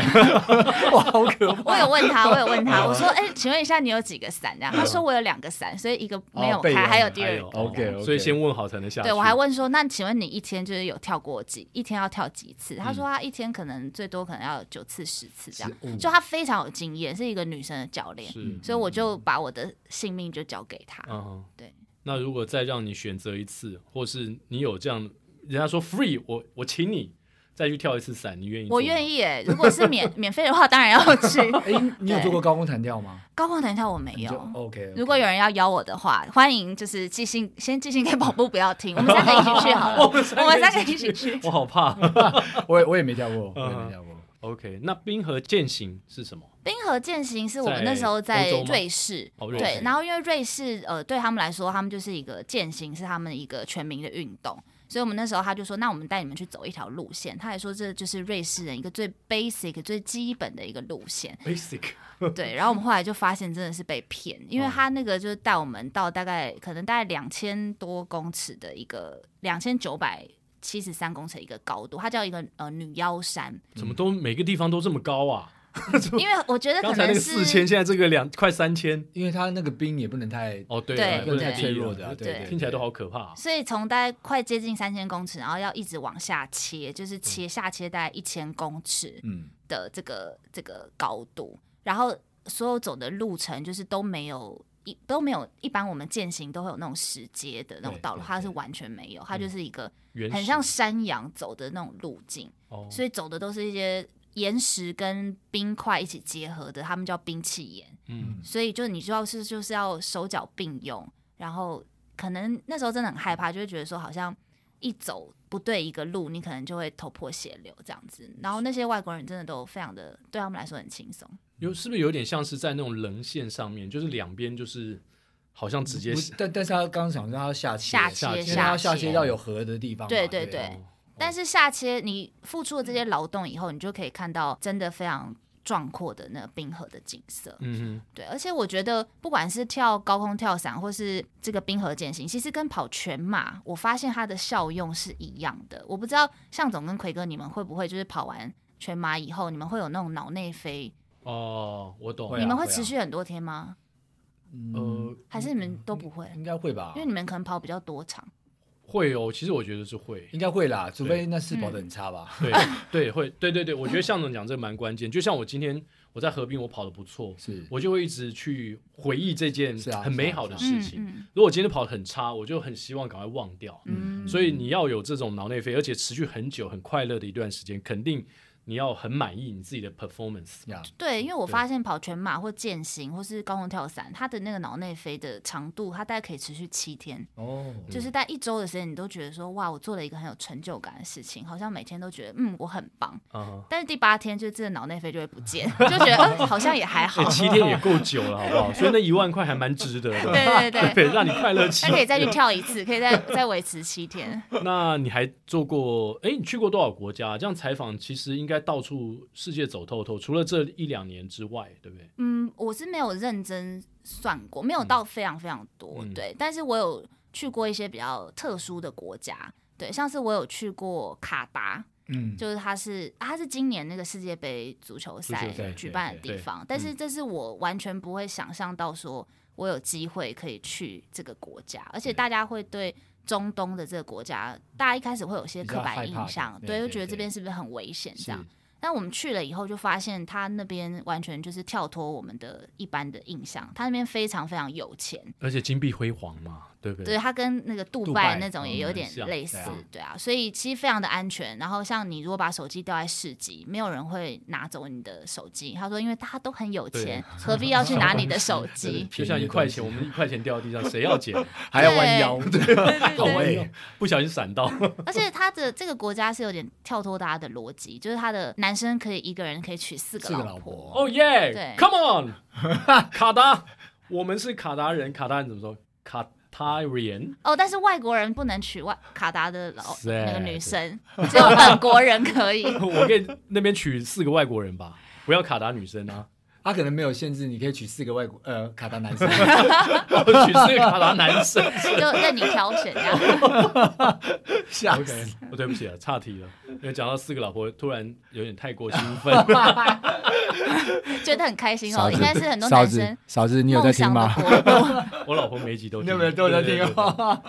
S2: 哇，好可 怕。
S3: 我有问他，我有问他，我
S1: 哦
S3: 说：“哎、请问一下，你有几个伞？”这样，他说：“我有两个伞，所以一个没有
S2: 哦备
S3: 开，
S2: 用
S3: 还有
S2: 的
S3: 第
S1: 还
S3: 二
S1: 有
S3: 个。
S2: OK，OK
S1: 所以先问好才能下去。
S3: 对我还问说：“那请问你一天就是有跳过几？一天要跳几次？”他说：“他一天可能最多可能要有九次、十次这样。
S2: 15
S3: 就他非常有经验，是一个女生的教练，
S1: 是
S3: 所以我就把我的性命就交给他。
S1: 嗯，
S3: 对。
S1: 那如果再让你选择一次，或是你有这样，人家说 free，我我请你再去跳一次伞，你愿意？
S3: 我愿
S1: 意。
S3: 意耶，如果是免免费的话，当然要去。
S2: 哎、你有做过高空弹跳吗？
S3: 高空弹跳我没
S2: 你就哦
S3: 有。
S2: OK，
S3: 如果有人要邀我的话，欢迎就是寄信，先寄信给跑步不要听，我们三个一起去好了，我们三个一起去。
S1: 我好怕。
S2: 我也我也没跳过，我也没跳过。
S1: OK，那冰河践行是什么？
S3: 冰河践行是我们
S1: 在
S3: 那时候
S1: 欧
S3: 在
S1: 洲吗
S3: 瑞士，
S1: 哦瑞士
S3: 对，然后因为瑞士呃对他们来说，他们就是一个践行是他们一个全民的运动，所以我们那时候他就说，那我们带你们去走一条路线，他还说这就是瑞士人一个最 basic 最基本的一个路线，
S1: Basic，
S3: 对，然后我们后来就发现真的是被骗，因为
S1: 哦
S3: 他那个就是带我们到大概可能大概两千多公尺的一个两千九百七十三公尺的一个高度，它叫一个呃女 妖山，
S2: 嗯
S1: 怎么都每个地方都这么高啊？
S3: 因为我觉得
S1: 刚
S3: 可
S1: 才那
S3: 能
S1: 个
S3: 是
S1: 四千，现在这个两快三千。
S2: 因为他那个冰也不能太
S1: 哦，对
S3: 对
S1: 啊，
S2: 不能太
S3: 对
S2: 脆弱的啊，
S3: 对
S2: 对，对
S1: 听起来都。好可怕。啊
S3: 所以从大概快接近三千公尺，然后要一直往下切，就是切下切大概一千公尺
S2: 嗯，
S3: 的这个这个高度，然后所有走的路程就是都没有一都没有，一般我们践行都会有那种石阶的那种
S2: 对
S3: 道路，
S2: 对
S3: 它是
S2: 对
S3: 完全没有，它就是一个
S1: 原始
S3: 很像山羊走的那种路径，
S1: 哦，
S3: 所以走的都是一些岩石跟冰块一起结合的，他们叫冰气岩。
S1: 嗯，
S3: 所以就你就要是就是要手脚并用，然后可能那时候真的很害怕，就会觉得说好像一走不对一个路，你可能就会头破血流这样子。然后那些外国人真的都非常的，对他们来说很轻松。
S1: 有是不是有点像是在那种棱线上面，就是两边就是好像直接
S2: 不但但是他刚刚想说他要下切，
S3: 下
S1: 切
S2: 因为他要下
S3: 下
S2: 切
S3: 切
S2: 要有河的地方嘛。
S3: 对对对
S2: 对，啊哦
S3: 但是下切你付出了这些劳动以后，你就可以看到真的非常壮阔的那个冰河的景色。
S1: 嗯
S3: 对，而且我觉得不管是跳高空跳伞，或是这个冰河健行，其实跟跑全马，我发现它的效用是一样的。我不知道向总跟奎哥你们会不会就是跑完全马以后，你们会有那种脑内飞，
S1: 哼，哦，我懂
S2: 会啊。
S3: 你们
S2: 会
S3: 会
S2: 啊
S3: 持续很多天吗？
S2: 嗯，
S1: 呃，
S3: 还是你们都不会？
S2: 应该会吧
S3: 因为，你们可能跑比较多场。
S1: 会哦，其实我觉得是会。
S2: 应该会啦，除非那是跑
S3: 嗯
S2: 的很差吧。
S1: 对对，会，对对对，我觉得向总讲这个蛮关键。就像我今天我在河滨，我跑的不错，
S2: 是
S1: 我就会一直去回忆这件
S2: 是啊
S1: 很美好的
S2: 是
S1: 事情。
S3: 嗯
S1: 如果今天跑的很差，我就很希望赶快忘掉。
S3: 嗯
S1: 所以你要有这种脑内啡，而且持续很久、很快乐的一段时间，肯定你要很满意你自己的 performance。
S2: 呀，
S3: 对，因为我
S1: 对
S3: 发现跑全马或健行或是高空跳伞，它的那个脑内飞的长度，它大概可以持续七天。
S2: 哦，
S3: 就是在一周的时间，你都觉得说哇，我做了一个很有成就感的事情，好像每天都觉得嗯我很棒。
S1: 啊、
S3: 但是第八天就这个脑内啡就会不见， 就觉得、嗯、好像也还 好
S1: 哎，。七天也够久了，好不好？所以那一万块还蛮值得的。
S3: 对对对，
S1: 对，让你快乐起
S3: 还。可以再去跳一次，可以再再维持七天。
S1: 那你还做过？哎，你去过多少国家？这样采访其实应该该到处世界走透透，除了这一两年之外，对不对？
S3: 嗯，我是没有认真算过，没有到非常非常多，
S1: 嗯
S3: 对。但是我有去过一些比较特殊的国家，对，像是我有去过卡达，
S2: 嗯，
S3: 就是它是啊它是今年那个世界杯足球赛
S1: 足球赛
S3: 举办的地方，但是
S2: 嗯
S3: 这是我完全不会想象到说我有机会可以去这个国家，而且大家会对。中东的这个国家，大家一开始会有些
S2: 比
S3: 刻
S2: 较
S3: 板
S2: 害怕
S3: 印
S2: 的
S3: 象，
S2: 对
S3: 对，就
S2: 对
S3: 觉得
S2: 对
S3: 这边是不是很危险
S1: 是
S3: 这样？但我们去了以后，就发现他那边完全就是跳脱我们的一般的印象，他那边非常非常有钱，
S1: 而且金碧辉煌嘛，对不
S3: 对，它啊跟那个
S2: 杜
S3: 杜
S2: 拜嗯
S3: 拜那种也有点
S1: 很像
S3: 类似，
S2: 对啊
S3: 对啊，所以其实非常的安全。然后像你如果把手机掉在市集，没有人会拿走你的手机。他说，因为大家都很有
S1: 对
S3: 钱，何必要去拿你的手
S1: 对对
S3: 机？
S1: 就像一块钱，我们一块钱掉地上，谁 要捡？
S2: 还要弯腰， 对，
S3: 对对
S1: 好
S2: 好
S3: 对，
S1: 弯
S2: 累
S1: 腰，不小心闪到。
S3: 而且他的这个国家是有点跳脱大家的逻辑，就是他的男生可以一个人可以娶四个
S2: 四个
S3: 老
S2: 老
S3: 婆，
S2: 婆，
S1: 哦耶
S3: 对
S1: ，Come on，卡达，我们是卡达人，卡达人怎么说？卡塔 人，
S3: 哦，但是外国人不能娶外卡达的老
S1: 是
S2: 啊
S3: 那个 女生，只有本国人可以。
S1: 我给那边娶四个外国人吧，不要卡达女生啊，
S2: 他可能没有限制，你可以娶四个外国呃卡达男生，
S1: 我娶四个卡达男生。
S3: 就任你挑选这样。
S2: 吓
S1: OK，
S2: 死！
S1: 我对不起啊，岔题了，因为讲到四个老婆，突然有点太过兴奋。
S3: 觉得很开心
S2: 嫂
S3: 哦，
S2: 子
S3: 应该是很多
S2: 嫂
S3: 男
S2: 子
S3: 生
S2: 嫂子，你有在
S3: 梦
S2: 听
S3: 想的
S2: 吗？
S3: 国度。
S1: 我老婆每一集都
S2: 你
S1: 听，
S2: 有没有都在
S1: 对对
S2: 听？
S1: 对对
S2: 哦？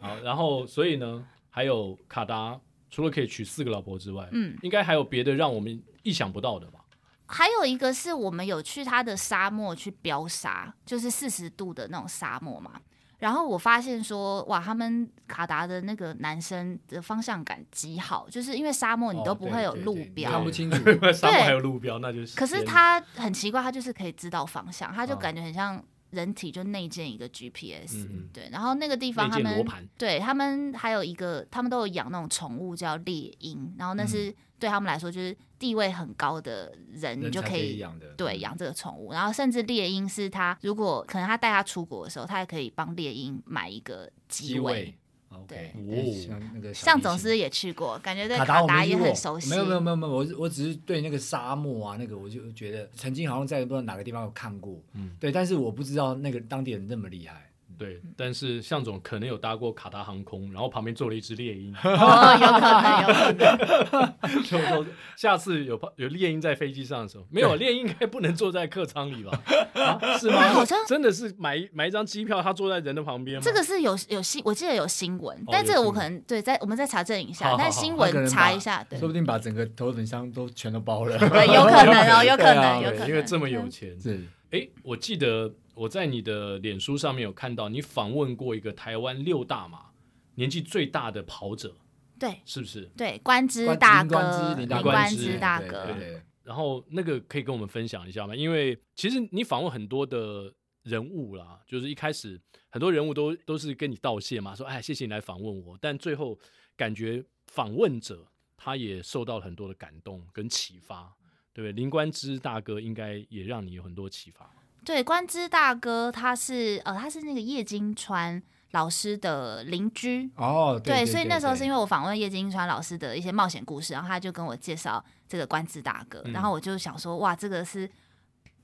S1: 好，然后所以呢，还有卡达，除了可以娶四个老婆之外，
S3: 嗯，
S1: 应该还有别的让我们意想不到的吧？
S3: 还有一个是我们有去他的沙漠去飙沙，就是四十度的那种沙漠嘛。然后我发现说，哇，他们卡达的那个男生的方向感极好，就是因为沙漠你
S2: 哦
S3: 都不会有
S2: 对对
S3: 路
S2: 对你
S3: 标，
S2: 看不清楚。
S1: 沙漠还有路标，那就是。
S3: 可是，他很奇怪，他就是可以知道方向，他就
S1: 啊
S2: 嗯
S3: 感觉很像人体就内建一个 GPS、
S1: 嗯嗯
S3: 对，然后那个地方
S1: 内
S3: 他
S1: 建罗
S3: 们
S1: 盘
S3: 对他们还有一个，他们都有养那种宠物叫猎鹰，然后
S2: 嗯
S3: 那是、对他们来说就是地位很高的人， 你
S2: 人
S3: 就
S2: 才可以
S3: 以。
S2: 养的，
S3: 对，养这个宠物，然后甚至猎鹰是他，如果可能他带他出国的时候，他也可以帮猎鹰买一个
S2: 鸡
S3: 机
S2: 尾
S3: 位。
S2: ，OK，
S3: 对
S1: 对
S2: 像那个小
S3: 向
S2: 提
S3: 总
S2: 琴
S3: 司也去过，感觉对
S2: 卡达
S3: 卡
S2: 我
S3: 达
S2: 没
S3: 也
S2: 去过
S3: 很熟悉。
S2: 没有没有没有没有，我我只是对那个沙漠啊那个，我就觉得曾经好像在不知道哪个地方有看过，
S1: 嗯
S2: 对，但是我不知道那个当地人那么厉害，
S1: 对，但是向总可能有搭过卡达航空，然后旁边坐了一只猎鹰，
S3: 哦，有 可能有可能。
S1: 就说下次有有猎鹰在飞机上的时候，没有猎鹰应该不能坐在客舱里吧？啊是吗？
S3: 那好像
S1: 真的是买买一张机票，他坐在人的旁边吗？
S3: 这个是有有新，我记得有新
S2: 哦
S3: 闻，但
S1: 有
S3: 这个我
S1: 新闻
S3: 可能对在我们再查证一
S1: 好
S3: 下
S1: 好，
S3: 但
S1: 好
S3: 新
S2: 他可
S3: 闻
S2: 能
S3: 查
S2: 把
S3: 一下，对
S2: 说不定把整个头等箱都全都包了，
S3: 对，有可能哦，有
S2: 对
S3: 可
S2: 啊
S3: 能，有可
S1: 对，
S3: 能，
S1: 因为这么有钱，
S2: 是
S1: 哎，我记得我在你的脸书上面有看到你访问过一个台湾六大马年纪最大的跑者，
S3: 对
S1: 是不是？
S3: 对，官之
S2: 关
S3: 大
S2: 林冠之
S3: 哥，
S2: 林
S1: 大
S3: 林
S1: 哥
S3: 官
S1: 之
S3: 之大
S2: 对
S3: 哥
S2: 对，对
S1: 然后那个可以跟我们分享一下吗？因为其实你访问很多的人物啦，就是一开始很多人物都都是跟你道谢嘛，说哎谢谢你来访问我，但最后感觉访问者他也受到了很多的感动跟启发，对不对？林冠之大哥应该也让你有很多启发。
S3: 对，官之大哥他是呃，他是那个叶金川老师的邻居。
S2: 哦，对，
S3: 所以那时候是因
S2: 为
S3: 为我访问叶金川老师的一些冒险故事，然后他就跟我介绍这个官之大哥，
S1: 嗯
S3: 然后我就想说，哇，这个是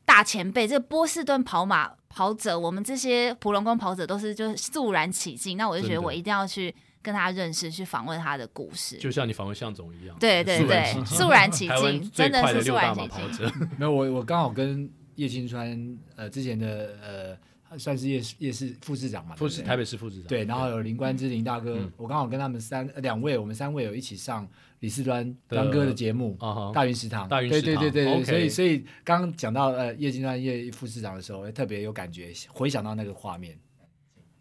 S3: 大前辈，这个波士顿跑马跑者，我们这些普龙宫跑者都是就是肃然起敬，那我就觉
S1: 真
S3: 得
S1: 的
S3: 我一定要去跟他认识，去访问他的故事。
S1: 就像你访问向总一样，
S3: 对对
S1: 肃然
S3: 对，
S1: 起敬
S3: 肃然起
S1: 台湾
S3: 敬，
S1: 最
S3: 真
S1: 快
S3: 是
S1: 六
S3: 肃
S1: 大
S3: 然
S1: 马
S3: 起
S1: 跑
S3: 敬。
S1: 者，
S2: 没有我我刚好跟叶青川呃之前的呃算是叶叶市副市长嘛，对
S1: 副
S2: 不
S1: 市
S2: 对
S1: 台北市副市长。
S2: 对，然后有林冠之林大哥
S1: 嗯，
S2: 我刚好跟他们三呃两位，我们三位有一起上李四端
S1: 的
S2: 端哥的节目。
S1: 啊哈，
S2: 大云食堂，
S1: 大云
S2: 对
S1: 食堂
S2: 对对对对
S1: OK
S2: 所以所以刚刚讲到呃叶金川叶副市长的时候，特别有感觉，回想到那个画面，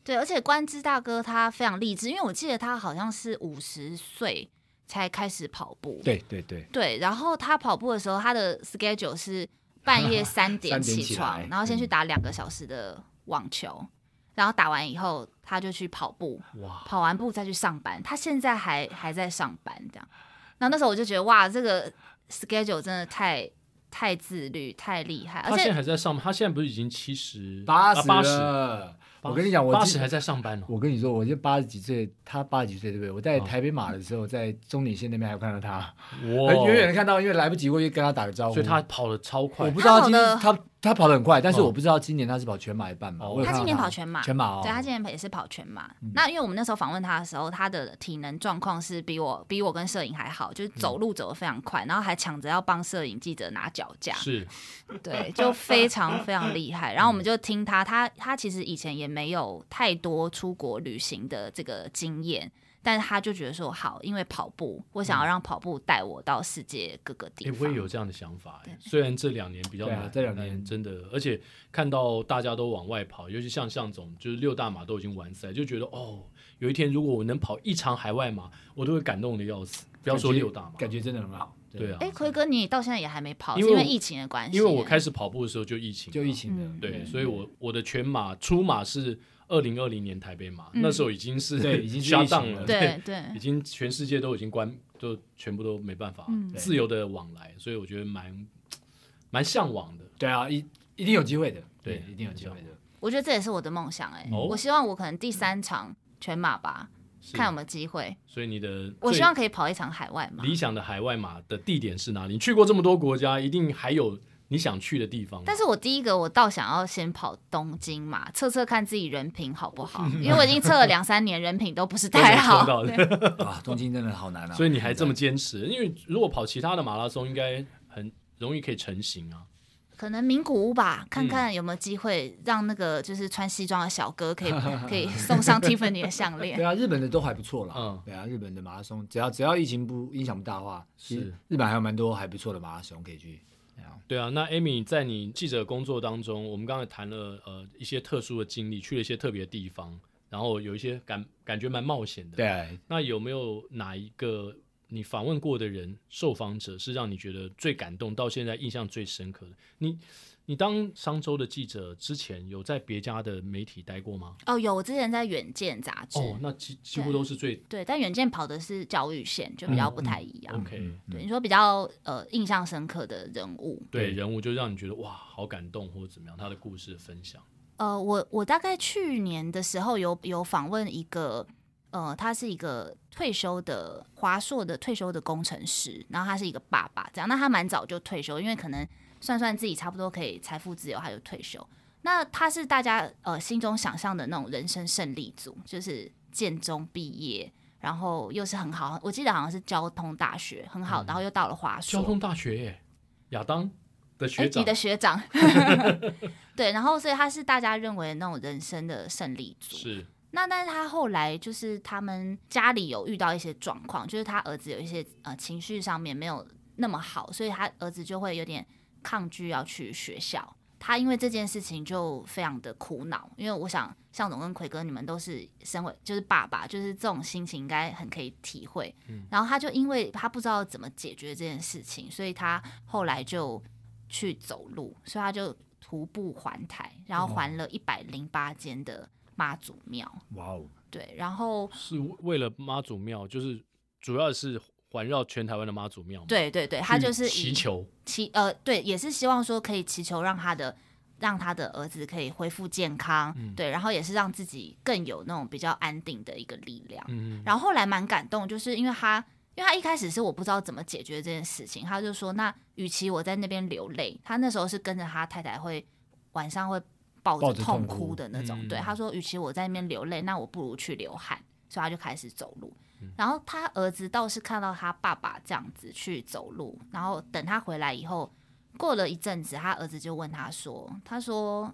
S3: 对，而且关之大哥他非常励志，因为我记得他好像是五十岁才开始跑步。
S2: 对对对，
S3: 对然后他跑步的时候，他的 schedule 是半夜三点
S2: 三点
S3: 起
S2: 起
S3: 床，
S2: 来
S3: 然后先去
S2: 嗯
S3: 打两个小时的网球，然后打完以后他就去跑步，
S1: 哇，
S3: 跑完步再去上班。他现在还还在上班这样。然后那时候我就觉得哇，这个 schedule 真的太太自律、太厉害，而
S1: 他现
S3: 且
S1: 在还在上班，他现在不是已经七十
S2: 八十
S1: 八十
S2: 了，我跟你讲，我
S1: 八
S2: 记
S1: 十还在上班哦。
S2: 我跟你说，我就八十几岁，他八十几岁对不对？我在
S1: 啊
S2: 台北马的时候，在中岭线那边还有看到他，
S1: 哇
S2: 很远远的看到，因为来不及过去跟他打个招呼。
S1: 哦所以他跑得超快
S2: 我不知道
S3: 他跑
S2: 今
S3: 得
S2: 天他他跑得很快，但是
S1: 哦
S2: 我不知道今年他是跑全马一半嘛？
S1: 哦
S2: 我有
S3: 他
S2: 看到
S3: 今年跑全马
S2: 全马哦，
S3: 对他今年也是跑全马。那因为我们那时候访问他的时候，他的体能状况是比我比我跟摄影还好，就是走路走得非常快，然后还抢着要帮摄影记者拿脚架，
S1: 是
S3: 对，就非常非常厉害。然后我们就听他，他他其实以前也没有太多出国旅行的这个经验。但是他就觉得说好，因为跑步，我想要让跑步带我到世界各个地
S1: 嗯诶
S3: 方。
S1: 我也有这样的想法、诶虽然这两年比较
S2: 对啊
S1: 难，
S2: 这两
S1: 但
S2: 年
S1: 真的，而且看到大家都往外跑，尤其像向总，就是六大马都已经完赛，就觉得哦，有一天如果我能跑一场海外马，我都会感动的要死。不要说
S2: 感觉
S1: 六大马，
S2: 感觉真的很好。
S1: 对啊，
S3: 哎、奎哥，你到现在也还没跑，
S1: 因
S3: 是
S1: 为
S3: 因为
S1: 我
S3: 疫情的关系。
S1: 因为我开始跑步的时候就疫情嘛，
S2: 就疫情
S3: 嗯
S2: 的，
S1: 对，所以我我的全马出马是二零二零年台北马，那时候已经是
S2: 对已经 是
S1: shut
S2: 疫情
S1: down
S2: 了
S1: 了，
S3: 对嗯对
S1: 已，经全世界都已经关，都全部都没办法、
S3: 嗯
S1: 自由的往来，所以我觉得蛮蛮向往的。
S2: 对啊，一一定有机会的，
S1: 对
S2: 一定有机会的。
S3: 我觉得这也是我的梦想哎、
S1: 哦
S3: 我希望我可能第三场全马吧，
S1: 是
S3: 看有没有机会。
S1: 所以你的
S3: 我
S1: 最
S3: 希望可以跑一场海外嘛，
S1: 理想的海外马的地点是哪里？你去过这么多国家，一定还有你想去的地方。
S3: 但是我第一个我倒想要先跑东京嘛，测测看自己人品好不好，因为我已经测了两三年，人品都不是
S1: 都没
S3: 太
S1: 抽
S3: 好。
S1: 到的，
S2: 啊，东京真的好难啊！
S1: 所以你还这么坚持？因为如果跑其他的马拉松，应该很容易可以成型啊。
S3: 可能名古屋吧，看看有没有机会让那个就是穿西装的小哥可以可以送上 Tiffany 的项链
S2: 对。啊，日本的都还不错啦。
S1: 嗯
S2: 对啊，日本的马拉松，只要只要疫情不影响不大的话，其
S1: 是
S2: 实日本还有蛮多还不错的马拉松可以去。对啊
S1: 对啊，那 Amy 在你记者工作当中，我们刚才谈了呃一些特殊的经历，去了一些特别的地方，然后有一些感感觉蛮冒险的。
S2: 对，
S1: 那有没有哪一个你访问过的人、受访者是让你觉得最感动，到现在印象最深刻的？你你当商周的记者之前，有在别家的媒体待过吗？
S3: 哦，有，我之前在《远见》杂志，
S1: 哦，那几几乎都是最
S3: 对，但《远见》跑的是教育线，就比较不太一样。
S2: 嗯
S1: OK。
S3: 对，你说比较呃印象深刻的人物，
S1: 对人物就让你觉得哇，好感动或者怎么样，他的故事的分享
S3: 呃，我我大概去年的时候有有访问一个，呃，他是一个退休的华硕的退休的工程师，然后他是一个爸爸，这样，那他蛮早就退休，因为可能算算自己差不多可以财富自由，他就退休。那他是大家呃心中想象的那种人生胜利组，就是建中毕业，然后又是很好，我记得好像是交通大学很好，然后又到了华硕，
S1: 嗯交通大学耶，亚当的
S3: 哎，
S1: 学长
S3: 你的学长， 对，然后所以他是大家认为那种人生的胜利组。
S1: 是
S3: 那但是他后来就是他们家里有遇到一些状况，就是他儿子有一些呃情绪上面没有那么好，所以他儿子就会有点抗拒要去学校。他因为这件事情就非常的苦恼，因为我想向总跟奎哥你们都是身为就是爸爸，就是这种心情应该很可以体会。然后他就因为他不知道怎么解决这件事情，所以他后来就去走路，所以他就徒步环台，然后环了一百零八间的妈祖庙。
S2: 哇哦，
S3: 对，然后
S1: 是为了妈祖庙，就是主要是环绕全台湾的妈祖庙嘛，
S3: 对对对，
S1: 去
S3: 他就是以
S1: 祈求，
S3: 祈呃对，也是希望说可以祈求让他的让他的儿子可以恢复健康，
S1: 嗯
S3: 对，然后也是让自己更有那种比较安定的一个力量。
S1: 嗯，
S3: 然后后来蛮感动，就是因为他，因为他一开始是我不知道怎么解决这件事情，他就说，那与其我在那边流泪，他那时候是跟着他太太会晚上会抱
S2: 抱
S3: 着
S2: 着
S3: 痛
S2: 痛哭
S3: 哭的那种，
S1: 嗯
S3: 对，他说，与其我在那边流泪，那我不如去流汗，所以他就开始走路。然后他儿子倒是看到他爸爸这样子去走路，然后等他回来以后，过了一阵子，他儿子就问他说：“他说，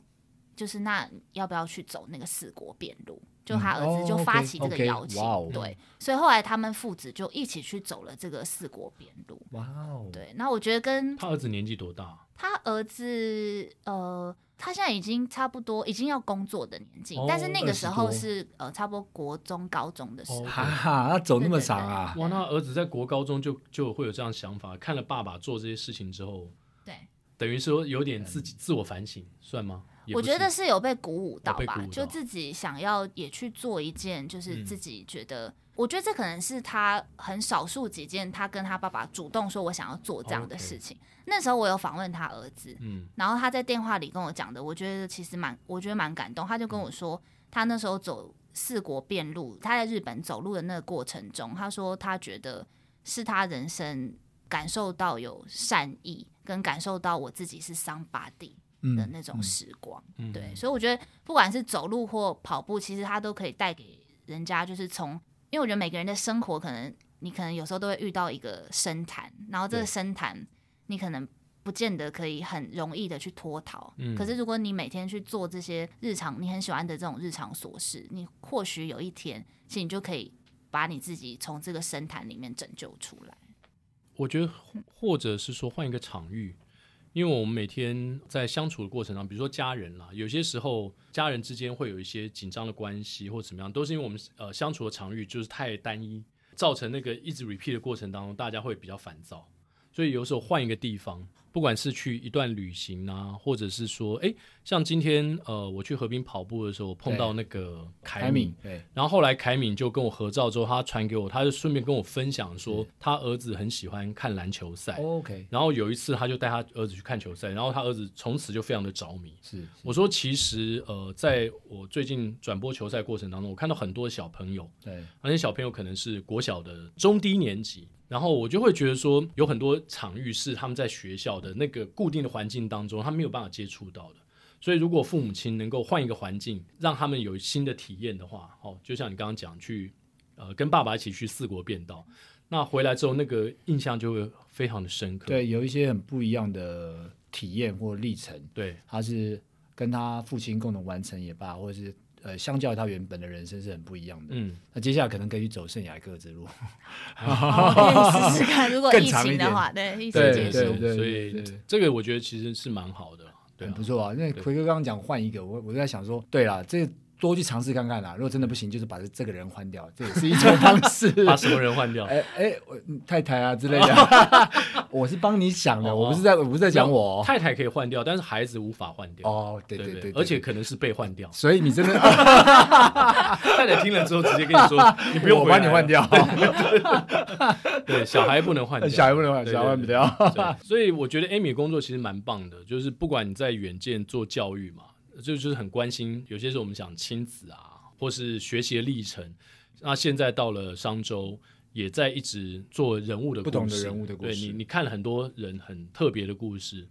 S3: 就是那要不要去走那个四国遍路？”就他儿子就
S2: 哦
S3: 发
S2: ，OK，
S3: 起这个
S2: OK，
S3: 邀请，
S2: 哇哦
S3: 对，所以后来他们父子就一起去走了这个四国遍路。
S2: 哇哦，
S3: 对，那我觉得跟
S1: 他儿子年纪多大？
S3: 他儿子，呃，他现在已经差不多已经要工作的年纪，
S1: 哦
S3: 但是那个时候
S2: 20多
S3: 是呃，差不多国中高中的时候，
S1: 哦
S2: 哈哈，他走那么长啊，
S1: 哇，那儿子在国高中就就会有这样想法，看了爸爸做这些事情之后，
S3: 对。
S1: 等于说有点自己自我反省，算吗？也不
S3: 我觉得
S1: 是
S3: 是有被鼓舞到
S1: 哦被
S3: 吧，
S1: 鼓舞到
S3: 就自己想要也去做一件，就是
S1: 嗯
S3: 自己觉得，我觉得这可能是他很少数几件，他跟他爸爸主动说我想要做这样的
S1: OK
S3: 事情。那时候我有访问他儿子，
S1: 嗯，嗯
S3: 然后他在电话里跟我讲的，我觉得其实蛮，我觉得蛮感动。他就跟我说，他那时候走四国遍路，他在日本走路的那个过程中，他说他觉得是他人生感受到有善意，跟感受到我自己是 somebody
S2: 嗯
S3: 的那种时光。
S1: 嗯
S3: 对，所以我觉得不管是走路或跑步，其实它都可以带给人家，就是从，因为我觉得每个人的生活可能，你可能有时候都会遇到一个深潭，然后这个
S1: 对
S3: 深潭你可能不见得可以很容易的去脱逃，
S1: 嗯
S3: 可是如果你每天去做这些日常你很喜欢的这种日常琐事，你或许有一天，其实你就可以把你自己从这个深潭里面拯救出 来。
S1: 我觉得或，或者是说换一个场域，因为我们每天在相处的过程当中，比如说家人啦，有些时候家人之间会有一些紧张的关系或怎么样，都是因为我们呃相处的场域就是太单一，造成那个一直 repeat 的过程当中，大家会比较烦躁。所以有时候换一个地方，不管是去一段旅行啊，或者是说，诶，像今天呃我去河滨跑步的时候，我碰到那个凯
S2: 凯
S1: 敏
S2: 敏，，嗯对，
S1: 然后后来凯敏就跟我合照之后，他传给我，他就顺便跟我分享说，他儿子很喜欢看篮球赛。
S2: OK，
S1: 然后有一次，他就带他儿子去看球赛，然后他儿子从此就非常的着迷。
S2: 是
S1: 我说，其实呃，在我最近转播球赛过程当中，我看到很多小朋友，
S2: 对，
S1: 而且小朋友可能是国小的中低年级，然后我就会觉得说，有很多场域是他们在学校的那个固定的环境当中，他没有办法接触到的。所以，如果父母亲能够换一个环境，让他们有新的体验的话，哦，就像你刚刚讲，去呃跟爸爸一起去四国变道，那回来之后，那个印象就会非常的深刻。
S2: 对，有一些很不一样的体验或历程，
S1: 对
S2: 他是跟他父亲共同完成也罢，或者是呃，相较于他原本的人生是很不一样的。
S1: 嗯，
S2: 那接下来可能可以走圣雅各之路，
S3: 好可以试试看，如果
S2: 更
S3: 疫
S2: 长一
S3: 情的
S2: 点
S3: 话，对，疫情
S1: 对对
S3: 结束。
S2: 对对
S1: 所
S2: 对
S1: 以
S2: 对
S1: 这个我觉得其实是蛮好的，对
S2: 很
S1: 啊
S2: 不，错啊。因为
S1: 对
S2: 奎哥刚刚讲换一个，我我在想说，对啦，这个多去尝试看看啦。如果真的不行，就是把这这个人换掉，这也是一种 方式。
S1: 把什么人换掉？
S2: 哎哎，我太太啊之类的， 我是帮你想的，
S1: 哦
S2: 我不是在我不是在讲我哦
S1: 太太可以换掉，但是孩子无法换掉。
S2: 哦，对
S1: 对
S2: 对。
S1: 而且可能是被换掉
S2: 所以你 真的，啊
S1: 太太听了之后，直接跟你 说：“你不用
S2: 我
S1: 回来
S2: 帮
S1: 了
S2: 你换。掉，
S1: 对，小孩不能换掉，
S2: 小孩不能换，
S1: 对
S2: 小孩换不。
S1: 对对
S2: 掉。
S1: 对所以我觉得 Amy 的工作其实蛮棒的，就是不管你在远见做教育嘛，就就是很关心。有些时候我们讲亲子啊，或是学习的历程。那现在到了商周，也在一直做人物的
S2: 不同的
S1: 故事
S2: 人物的故
S1: 对
S2: 事
S1: 你，你看了很多人很特别的故事，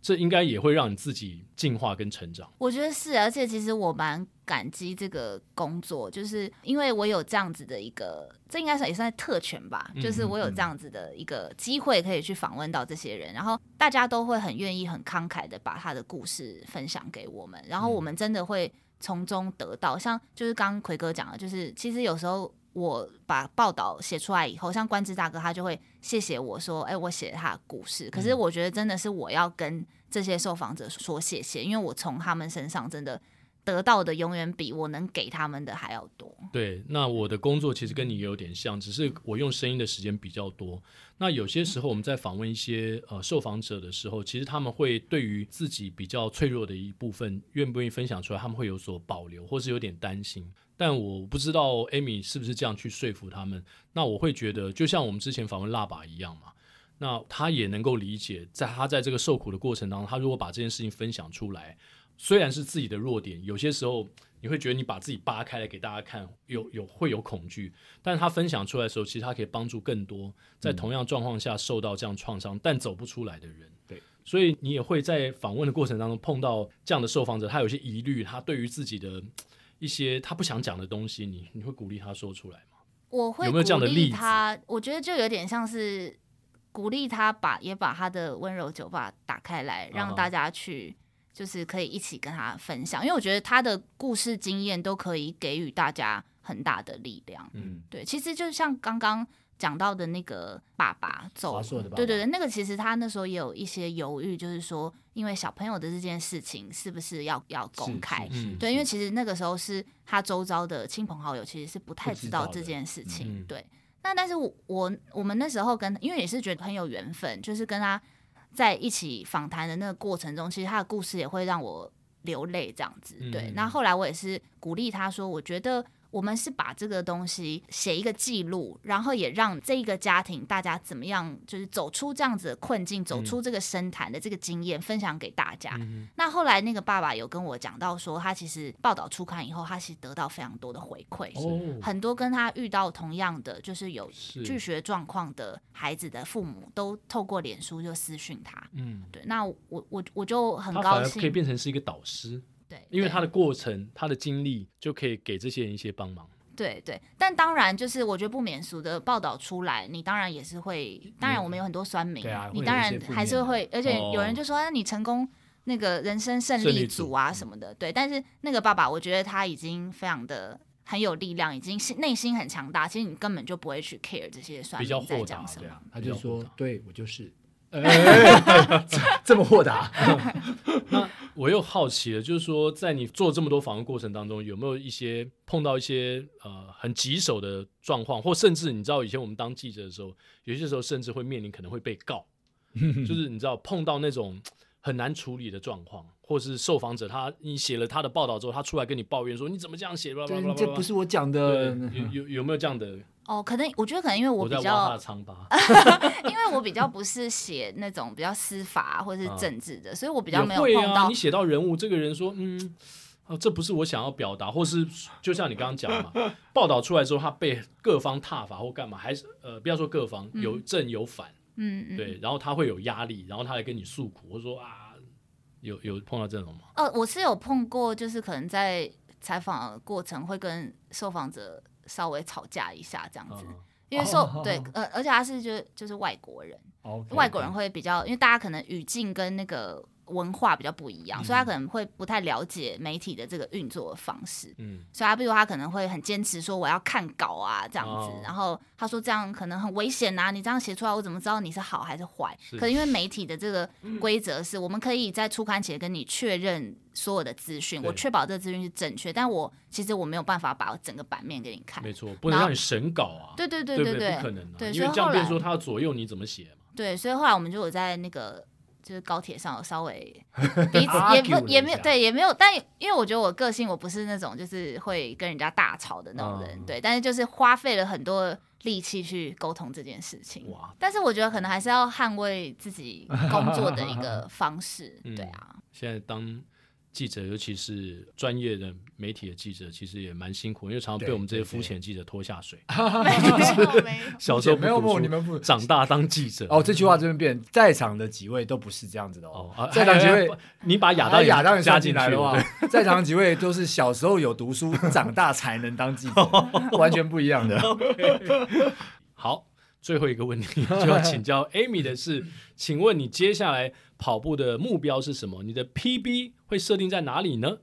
S1: 这应该也会让你自己进化跟成长。
S3: 我觉得是，而且其实我蛮感激这个工作，就是因为我有这样子的一个，这应该算也算是特权吧，
S1: 嗯
S3: 就是我有这样子的一个机会可以去访问到这些人，然后大家都会很愿意、很慷慨的把他的故事分享给我们，然后
S1: 嗯
S3: 我们真的会从中得到，像就是刚刚奎哥讲的，就是其实有时候。我把报道写出来以后，像关之大哥他就会谢谢我说：“哎、我写了他的故事。”可
S1: 嗯
S3: 是我觉得真的是我要跟这些受访者说谢谢，因为我从他们身上真的得到的永远比我能给他们的还要多。
S1: 对，那我的工作其实跟你也有点像，只是我用声音的时间比较多。那有些时候我们在访问一些呃受访者的时候，其实他们会对于自己比较脆弱的一部分，愿不愿意分享出来，他们会有所保留，或是有点担心。但我不知道 Amy 是不是这样去说服他们。那我会觉得，就像我们之前访问辣爸一样嘛，那他也能够理解，在他在这个受苦的过程当中，他如果把这件事情分享出来，虽然是自己的弱点，有些时候你会觉得你把自己扒开来给大家看，有有会有恐惧，但是他分享出来的时候，其实他可以帮助更多在同样状况下受到这样创伤、但走不出来的人。
S2: 对，
S1: 所以你也会在访问的过程当中碰到这样的受访者，他有一些疑虑，他对于自己的嘖一些他不想讲的东西，你你会鼓励他说出来吗？
S3: 我会
S1: 有没有这样的
S3: 鼓
S1: 例
S3: 励
S1: 子
S3: 他，我觉得就有点像是鼓励他把也把他的温柔酒吧打开来，
S1: 啊
S3: 让
S1: 哈
S3: 大家去就是可以一起跟他分享，因为我觉得他的故事经验都可以给予大家很大的力量。
S1: 嗯，
S3: 对，其实就像刚刚讲到的那个爸爸走，
S2: 华硕的爸爸
S3: 对对对，那个其实他那时候也有一些犹豫，就是说，因为小朋友的这件事情是不是要要公开？
S1: 是嗯
S3: 对，因为其实那个时候是他周遭的亲朋好友其实是不太
S2: 不知
S3: 知
S2: 道
S3: 道
S2: 的
S3: 这件事情。
S1: 嗯
S3: 对，那但是我我我们那时候跟，因为也是觉得很有缘分，就是跟他在一起访谈的那个过程中，其实他的故事也会让我流泪这样子。对，
S1: 嗯
S3: 那后来我也是鼓励他说，我觉得我们是把这个东西写一个记录，然后也让这一个家庭大家怎么样，就是走出这样子的困境，走出这个深谈的这个经验，分享给大家。
S1: 嗯
S3: 那后来那个爸爸有跟我讲到说，他其实报道出刊以后，他其实得到非常多的回馈。
S1: 哼，哦，
S3: 很多跟他遇到同样的，就是有
S1: 是
S3: 拒学状况的孩子的父母，都透过脸书就私讯他。
S1: 嗯，
S3: 对，那我我我就很
S1: 他
S3: 高
S1: 反而可以
S3: 兴，
S1: 变成是一个导师，
S3: 对，
S1: 因为他
S3: 对
S1: 的过程、他的经历就可以给这些人一些帮忙。
S3: 对对，但当然就是我觉得不免俗的报道出来，你当然也是会，当然我们有很多酸民，
S2: 对啊会
S3: 你
S2: 有
S3: 当
S2: 一
S3: 然
S2: 些负
S3: 还
S2: 面
S3: 是
S2: 的
S3: 会，而且有人
S1: 哦
S3: 就说、啊、你成功那个人生胜
S1: 胜
S3: 利
S1: 利
S3: 组
S1: 组
S3: 啊什么的，对，但是那个爸爸我觉得他已经非常的。很有力量，已经心内心很强大。其实你根本就不会去 care 这些酸
S1: 比较
S3: 民在
S1: 豁
S3: 讲
S1: 达
S3: 什
S1: 对
S3: 么。
S1: 啊
S2: 他
S1: 比
S2: 就
S1: 较
S2: 说
S1: 豁达：“
S2: 对 我就是。哎这这么豁达，
S1: 那我又好奇了，就是说，在你做这么多访问过程当中，有没有一些碰到一些呃很棘手的状况，或甚至你知道以前我们当记者的时候，有些时候甚至会面临可能会被告，就是你知道碰到那种很难处理的状况，或是受访者他你写了他的报道之后，他出来跟你抱怨说你怎么这样写，巴拉巴拉巴
S2: 对
S1: 拉，
S2: 这不是我讲的。嗯
S1: 对有有有没有这样的？
S3: 哦，可能我觉得可能因为我比
S1: 在挖他
S3: 较
S1: 的，疮疤，
S3: 因为我比较不是写那种比较司法或是
S1: 啊
S3: 政治的，所以我比
S1: 比
S3: 较没有
S1: 会
S3: 碰
S1: 啊。
S3: 到
S1: 你写到人物，这个人说嗯。啊，这不是我想要表达，或是就像你刚刚讲嘛， 报道出来之后，他被各方挞伐或干嘛，还是呃，不要说各方有正有反，
S3: 嗯嗯，
S1: 对，然后他会有压力，然后他来跟你诉苦，或者说啊，有有碰到这种吗？
S3: 呃，我是有碰过，就是可能在采访的过程会跟受访者稍微吵架一下这样子，
S1: 啊
S3: 因为受、
S2: 哦嗯
S3: 对呃，而且他是就就是外国人，
S2: OK，
S3: 外国人会比较，因为大家可能语境跟那个文化比较不一样，所以
S2: 嗯
S3: 他可能会不太了解媒体的这个运作的方式。
S1: 嗯，
S3: 所以他，比如他可能会很坚持说我要看稿啊这样子，
S1: 哦
S3: 然后他说这样可能很危险啊呐、你这样写出来，我怎么知道你是好还是坏？
S1: 是
S3: 可是因为媒体的这个规则是，我们可以在初刊前跟你确认所有的资讯，
S1: 对
S3: 我确保这资讯是正确，但我其实我没有办法把整个版面给你看。
S1: 没错，不能让你审稿啊，
S3: 啊对对对
S1: 对
S3: 对
S1: 不
S3: 对
S1: 不可能啊，
S3: 对
S1: 因
S3: 所以
S1: 为这
S3: 后
S1: 样变
S3: 来
S1: 说他要左右你怎么写嘛，
S3: 对，所以后来我们就有在那个就是高铁上有 稍微彼此也
S1: Argue 了
S3: 不
S1: 一
S3: 也没有
S1: 下
S3: 对也没有，但因为我觉得我个性我不是那种就是会跟人家大吵的那种人，
S1: 嗯
S3: 对，但是就是花费了很多力气去沟通这件事情。
S1: 哇，
S3: 但是我觉得可能还是要捍卫自己工作的一 个方式，
S1: 嗯
S3: 对啊，
S1: 现在当记者，尤其是专业的媒体的记者，其实也蛮辛苦，因为常常被
S2: 对
S1: 我们这些
S2: 对
S1: 肤浅记者拖下水。
S3: 没有 没有，
S1: 小时候
S2: 没有
S1: 不读
S2: 不，
S1: 书
S2: 你们不
S1: 长大当记者。
S2: 哦，这句话这边变，在场的几位都不是这样子的哦
S1: 哦，。啊
S2: 在场几位，，
S1: 你把亚
S2: 把
S1: 当也
S2: 哎亚当也
S1: 加
S2: 算
S1: 进
S2: 进
S1: 去
S2: 来的话
S1: 对，
S2: 在场几位都是小时候有读书，长大才能当 记者，完全不一样的。
S1: 好，最后一个问题就要请教 Amy 的 是，请问你接下来跑步的目标是什么？你的 PB 会设定在哪里呢？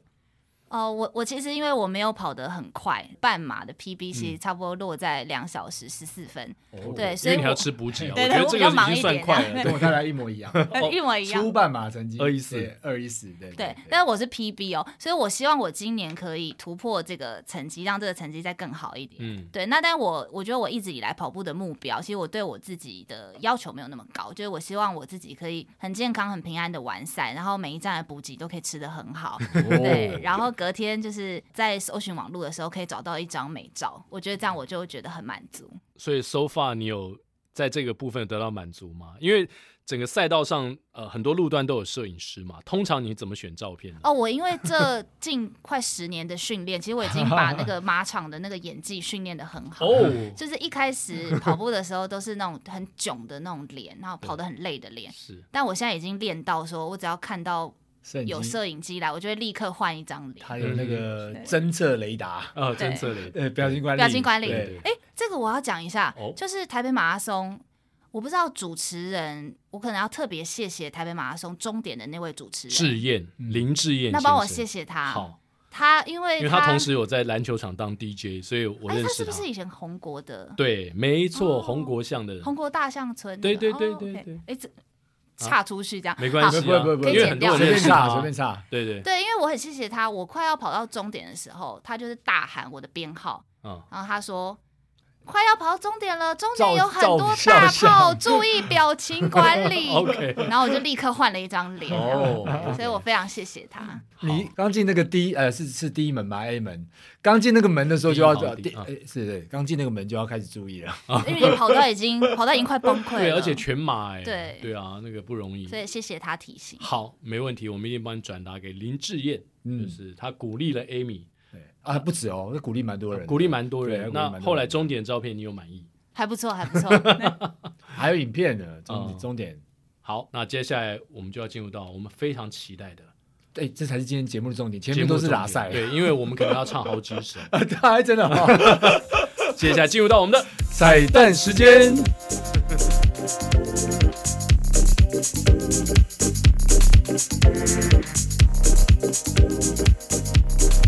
S3: 哦，我我其实因为我没有跑得很快，半马的 PB
S1: 嗯
S3: 其实差不多落在两小时十四分，对所
S1: 哦因为
S3: 以
S1: 你还
S3: 我
S1: 要吃补给啊，
S3: 对
S1: 我
S3: 对
S1: 觉得
S3: 我
S1: 这
S3: 比较
S1: 个
S3: 忙
S1: 已
S3: 一
S1: 经算
S3: 点
S1: 快
S3: 啊
S1: 了。
S2: 跟我大概一模一样，
S1: 哦
S3: 呃一模一样
S2: 初。半马成绩
S1: 214
S2: 二一四，对
S3: 对，但是我是 PB 哦，所以我希望我今年可以突破这个成绩，让这个成绩再更好一点。
S1: 嗯，
S3: 对，那但我我觉得我一直以来跑步的目标，其实我对我自己的要求没有那么高，就是我希望我自己可以很健康、很平安的完赛，然后每一站的补给都可以吃得很好，对，然后隔天就是在搜寻网络的时候可以找到一张美照，我觉得这样我就觉得很满足。
S1: 所以 so far 你有在这个部分得到满足吗？因为整个赛道上，呃，很多路段都有摄影师嘛，通常你怎么选照片呢？
S3: 哦，我因为这近快十年的训练，其实我已经把那个 马场的那个演技训练的很好。
S1: 哦，
S3: 就是一开始跑步的时候都是那种很囧的那种脸，然后跑得很累的脸。
S1: 是
S3: 但我现在已经练到说，我只要看到
S2: 摄
S3: 有嗯
S2: 影机
S3: 摄影机来，我就会立刻换一张脸。
S2: 它有那个侦测雷达，
S1: 啊，
S3: 对
S1: 真这里
S2: 呃，表情管理，
S3: 表情管理
S2: 对
S1: 对
S3: 哎、这个我要讲一下，
S1: 哦
S3: 就是台北马拉松，我不知道主持人，我可能要特别谢谢台北马拉松终点的那位主持
S1: 志
S3: 人，
S1: 燕，林志燕先生，
S3: 那帮我谢谢他。
S1: 好，
S3: 他因为
S1: 因为他同时有在篮球场当 DJ，所以我
S3: 哎、
S1: 认
S3: 他
S1: 识
S3: 是不是以前红国的
S1: 对，没错，
S3: 哦
S1: 红国巷的人，
S3: 红国大象村那
S1: 对
S3: 个？
S1: 对对
S3: 哦
S1: 对
S3: OK
S1: 对啊
S3: 哎、这岔出去这样
S1: 没关
S3: 好
S1: 系
S2: 不会
S1: 啊，
S2: 不会不会
S1: 因为很多人啊
S3: 可
S2: 随
S3: 以
S1: 认
S2: 便
S1: 识
S2: 插
S1: 他，
S2: 随便插，
S1: 对对，
S3: 对，因为我很谢谢他，我快要跑到终点的时候，他就是大喊我的编号，
S1: 嗯，
S3: 然后他说快要跑到终点了，终
S2: 照
S3: 点有很多大
S2: 照相
S3: 炮，注意表情管理。
S1: OK
S3: 然后我就立刻换了一张脸，
S1: 哦，
S3: 所以我非常谢谢他。
S2: 你刚进那个 D 呃是是 D 门吧 A 门，刚进那个门的时候就要
S1: D 门好 D，
S2: D 呃是对，刚进那个门就要开始注意了。
S3: 因为你跑到已经跑到已经快崩溃了，
S1: 对，而且全马哎，
S3: 对
S1: 对啊，那个不容易
S3: 所。以谢谢他提醒。
S1: 好，没问题，我们一定帮你转达给林志燕，
S2: 嗯
S1: 就是他鼓励了 Amy，
S2: 对啊，不止哦，那鼓励蛮多人的，
S1: 鼓励蛮多
S2: 对
S1: 人。
S2: 鼓励蛮多
S1: 那后来终点照片你有满意？
S3: 还不错，还 不错。
S2: 还有影片呢，终
S1: 嗯
S2: 终点，
S1: 好，那接下来我们就要进入到我们非常期待的
S2: 哎，这才是今天节目的重点，前
S1: 节
S2: 面
S1: 目
S2: 都是
S1: 重点
S2: 拉赛，
S1: 对，因为我们可能要唱《好之 神》。
S2: 啊，对，真的哦，
S1: 接下来进入到我们的
S2: 彩蛋时间。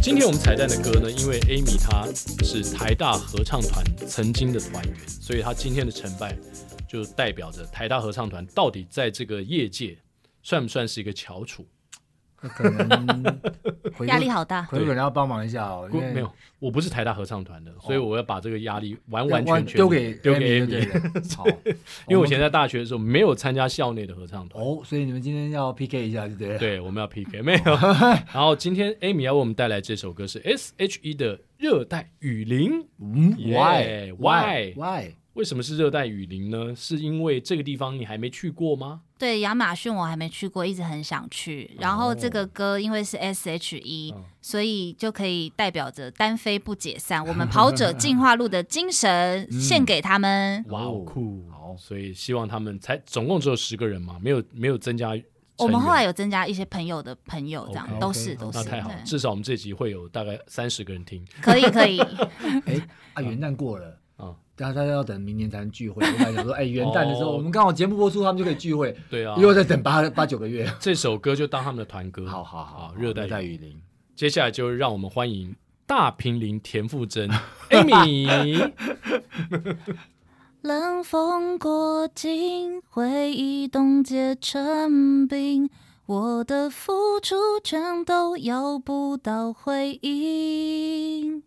S1: 今天我们彩蛋的歌呢，因为 Amy 她是台大合唱团曾经的团员，所以她今天的成败就代表着台大合唱团到底在这个业界算不算是一个翘楚？
S2: 那可能回
S3: 压力好大
S2: 回头可能要帮忙一下哦，
S1: 不
S2: 因为
S1: 没有，我不是台大合唱团的，所以我要把这个压力完完全全
S2: 哦丢给
S1: 丢给
S2: Amy 就
S1: Amy，
S2: 对了好，
S1: 因为我以前在大学的时候没有参加校内的合唱团。
S2: 哦，所以你们今天要 PK 一下，对不对？，
S1: 对，我们要 PK 没 有。然后今天 Amy 要为我们带来这首歌是 S.H.E 的《热带雨林》。
S2: 嗯
S1: Yeah，why？
S2: why？
S1: 为什么是热带雨林呢？是因为这个地方你还没去过吗？
S3: 对，亚马逊我还没去过，一直很想去。然后这
S1: 哦
S3: 个歌因为是 S.H.E，、所
S1: 嗯
S3: 以就可以代表着单飞不解散，我们跑者进化路的 精神
S1: 嗯
S3: 献给他们。
S1: 哇，好
S2: 哦
S1: 酷！
S2: 好
S1: 所以希望他们才总共只有十个人嘛，没有没有增加成员。
S3: 我们后来有增加一些朋友的朋友，这样
S1: OK，
S3: 都是
S2: OK，
S3: 都
S1: 那
S3: 是，
S1: 太好了，
S3: 对
S1: 至少我们这集会有大概三十个人听。
S3: 可以可以。
S2: 哎，啊，元旦过了。
S1: 嗯
S2: 啊，大家要等明年才能聚会。我本来 想说，哎，元旦的时
S1: 哦
S2: 候，我们刚好节目播出，他们就可以聚会，
S1: 对啊，
S2: 因为我再等八八九个月。
S1: 这首歌就当他们的团歌。
S2: 好好好，
S1: 热带雨林。
S2: 雨林，
S1: 接下来就让我们欢迎大平林田馥 甄 Amy。
S3: 冷风过境，回忆冻结成冰，我的付出全都要不到回应。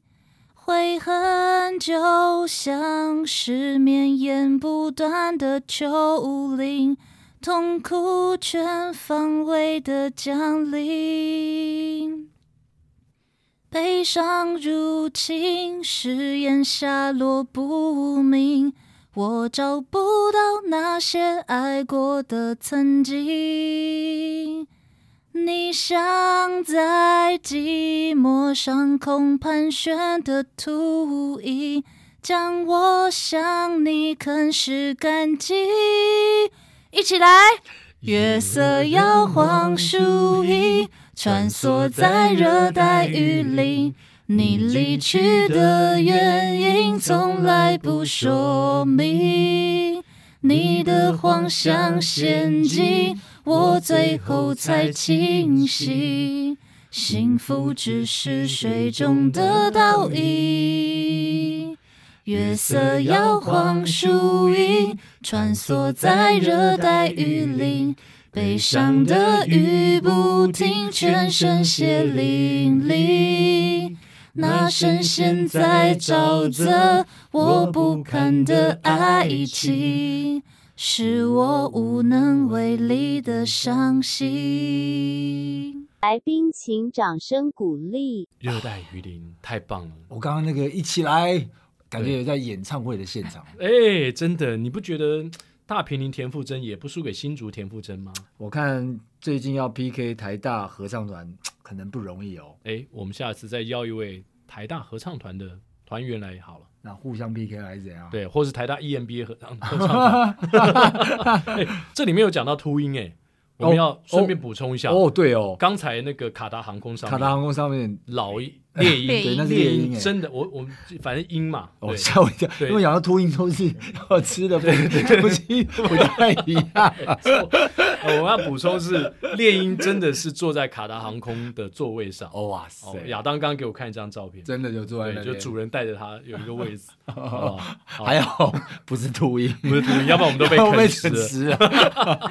S3: 悔恨就像是绵延不断的丘陵，痛苦全方位的降临。悲伤入侵，誓言下落不明，我找不到那些爱过的曾经。你像在寂寞上空盘旋的秃鹰，将我向你啃食干净。一起来，月色摇晃树荫， 穿梭在热带雨林。你离去的原因从来不说明，你的幻想陷阱，我最后才清醒。幸福只是水中的倒影，月色摇晃树影，穿梭在热带雨林。悲伤的雨不停，全身血淋淋。那声线在沼泽，我不堪的爱情，是我无能为力的伤心。
S4: 来宾请掌声鼓励。
S1: 热带雨林太棒了。
S2: 我刚刚那个一起来，感
S1: 对
S2: 觉有在演唱会的现场。
S1: 哎、真的，你不觉得大平林田馥甄也不输给新竹田馥甄吗？
S2: 我看最近要 PK 台大合唱团，可能不容易哦。
S1: 哎、我们下次再邀一位台大合唱团的团员来好了，
S2: 那互相 PK 还是怎样？，
S1: 对，或是台大 EMBA 合唱合唱 团。哎、这里面有讲到秃鹰，哎，我们要顺便补充一下，
S2: 哦，对哦，
S1: 刚才那个卡达航空上
S2: 卡
S1: 面
S2: 达航空上面，
S1: 老鹰猎鹰，
S3: 猎鹰对
S2: 哎那是
S1: 猎
S2: 猎鹰哎
S1: 真的，我我们反正鹰嘛，
S2: 哦
S1: 对
S2: 吓我一跳，
S1: 对
S2: 因为想到秃鹰都 是要吃的，不不是不太一样。
S1: 呃 我要补充是，猎鹰真的是坐在卡达航空的座位上。哦，
S2: 哦哇塞，
S1: 亚当刚给我看一张照片，
S2: 真的就坐在那
S1: 对，就
S2: 边，
S1: 主人带着他有一个位 置，哦，好
S2: 还好不是秃鹰，
S1: 不是秃鹰，要不然我们都被
S2: 我 被
S1: 啃
S2: 啃
S1: 食了。
S2: 食了。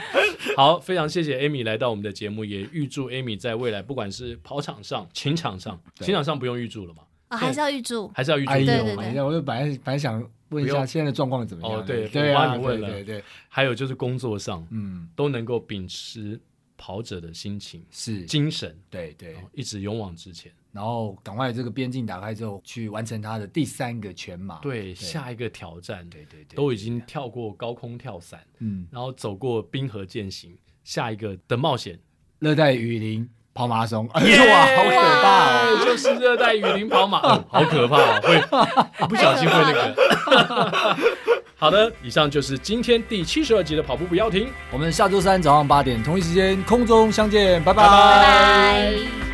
S1: 好，非常谢谢 Amy 来到我们的节目，也预祝 Amy 在未来不管是跑场上、情场上，情场上不用预祝了嘛，
S3: 啊，还是要预祝。
S1: 还是要预祝哦
S2: 哎
S1: 一下
S3: 对
S2: 呦
S3: 对对
S1: 嘛
S2: 哎呀，我就本来本来想问一
S1: 不
S2: 下
S1: 用
S2: 现在的状况怎么样
S1: 哦
S2: 的？
S1: 对
S2: 对
S1: 我
S2: 啊，
S1: 帮你问
S2: 对
S1: 了
S2: 对对，
S1: 还有就是工作上
S2: 嗯，
S1: 都能够秉持跑者的心情、
S2: 是，
S1: 精神，
S2: 对对
S1: 哦。一直勇往直前。
S2: 然后赶快这个边境打开之后，去完成他的第三个全马。
S1: 对，下一个挑战，
S2: 哦对对对，
S1: 都已经跳过高空跳伞，
S2: 嗯，
S1: 然后走过冰河践行，下一个的冒险。
S2: 热带雨林跑马拉松，哎
S1: 耶
S2: 哇，好可怕哦！
S1: 对就是热带雨林跑马，哦好可怕哦， 会不小心会那个。 好的，以上就是今天第七十二集的跑步不要停。
S2: 我们下周三早上八点同一时间空中相见，拜
S1: 拜
S3: 拜拜。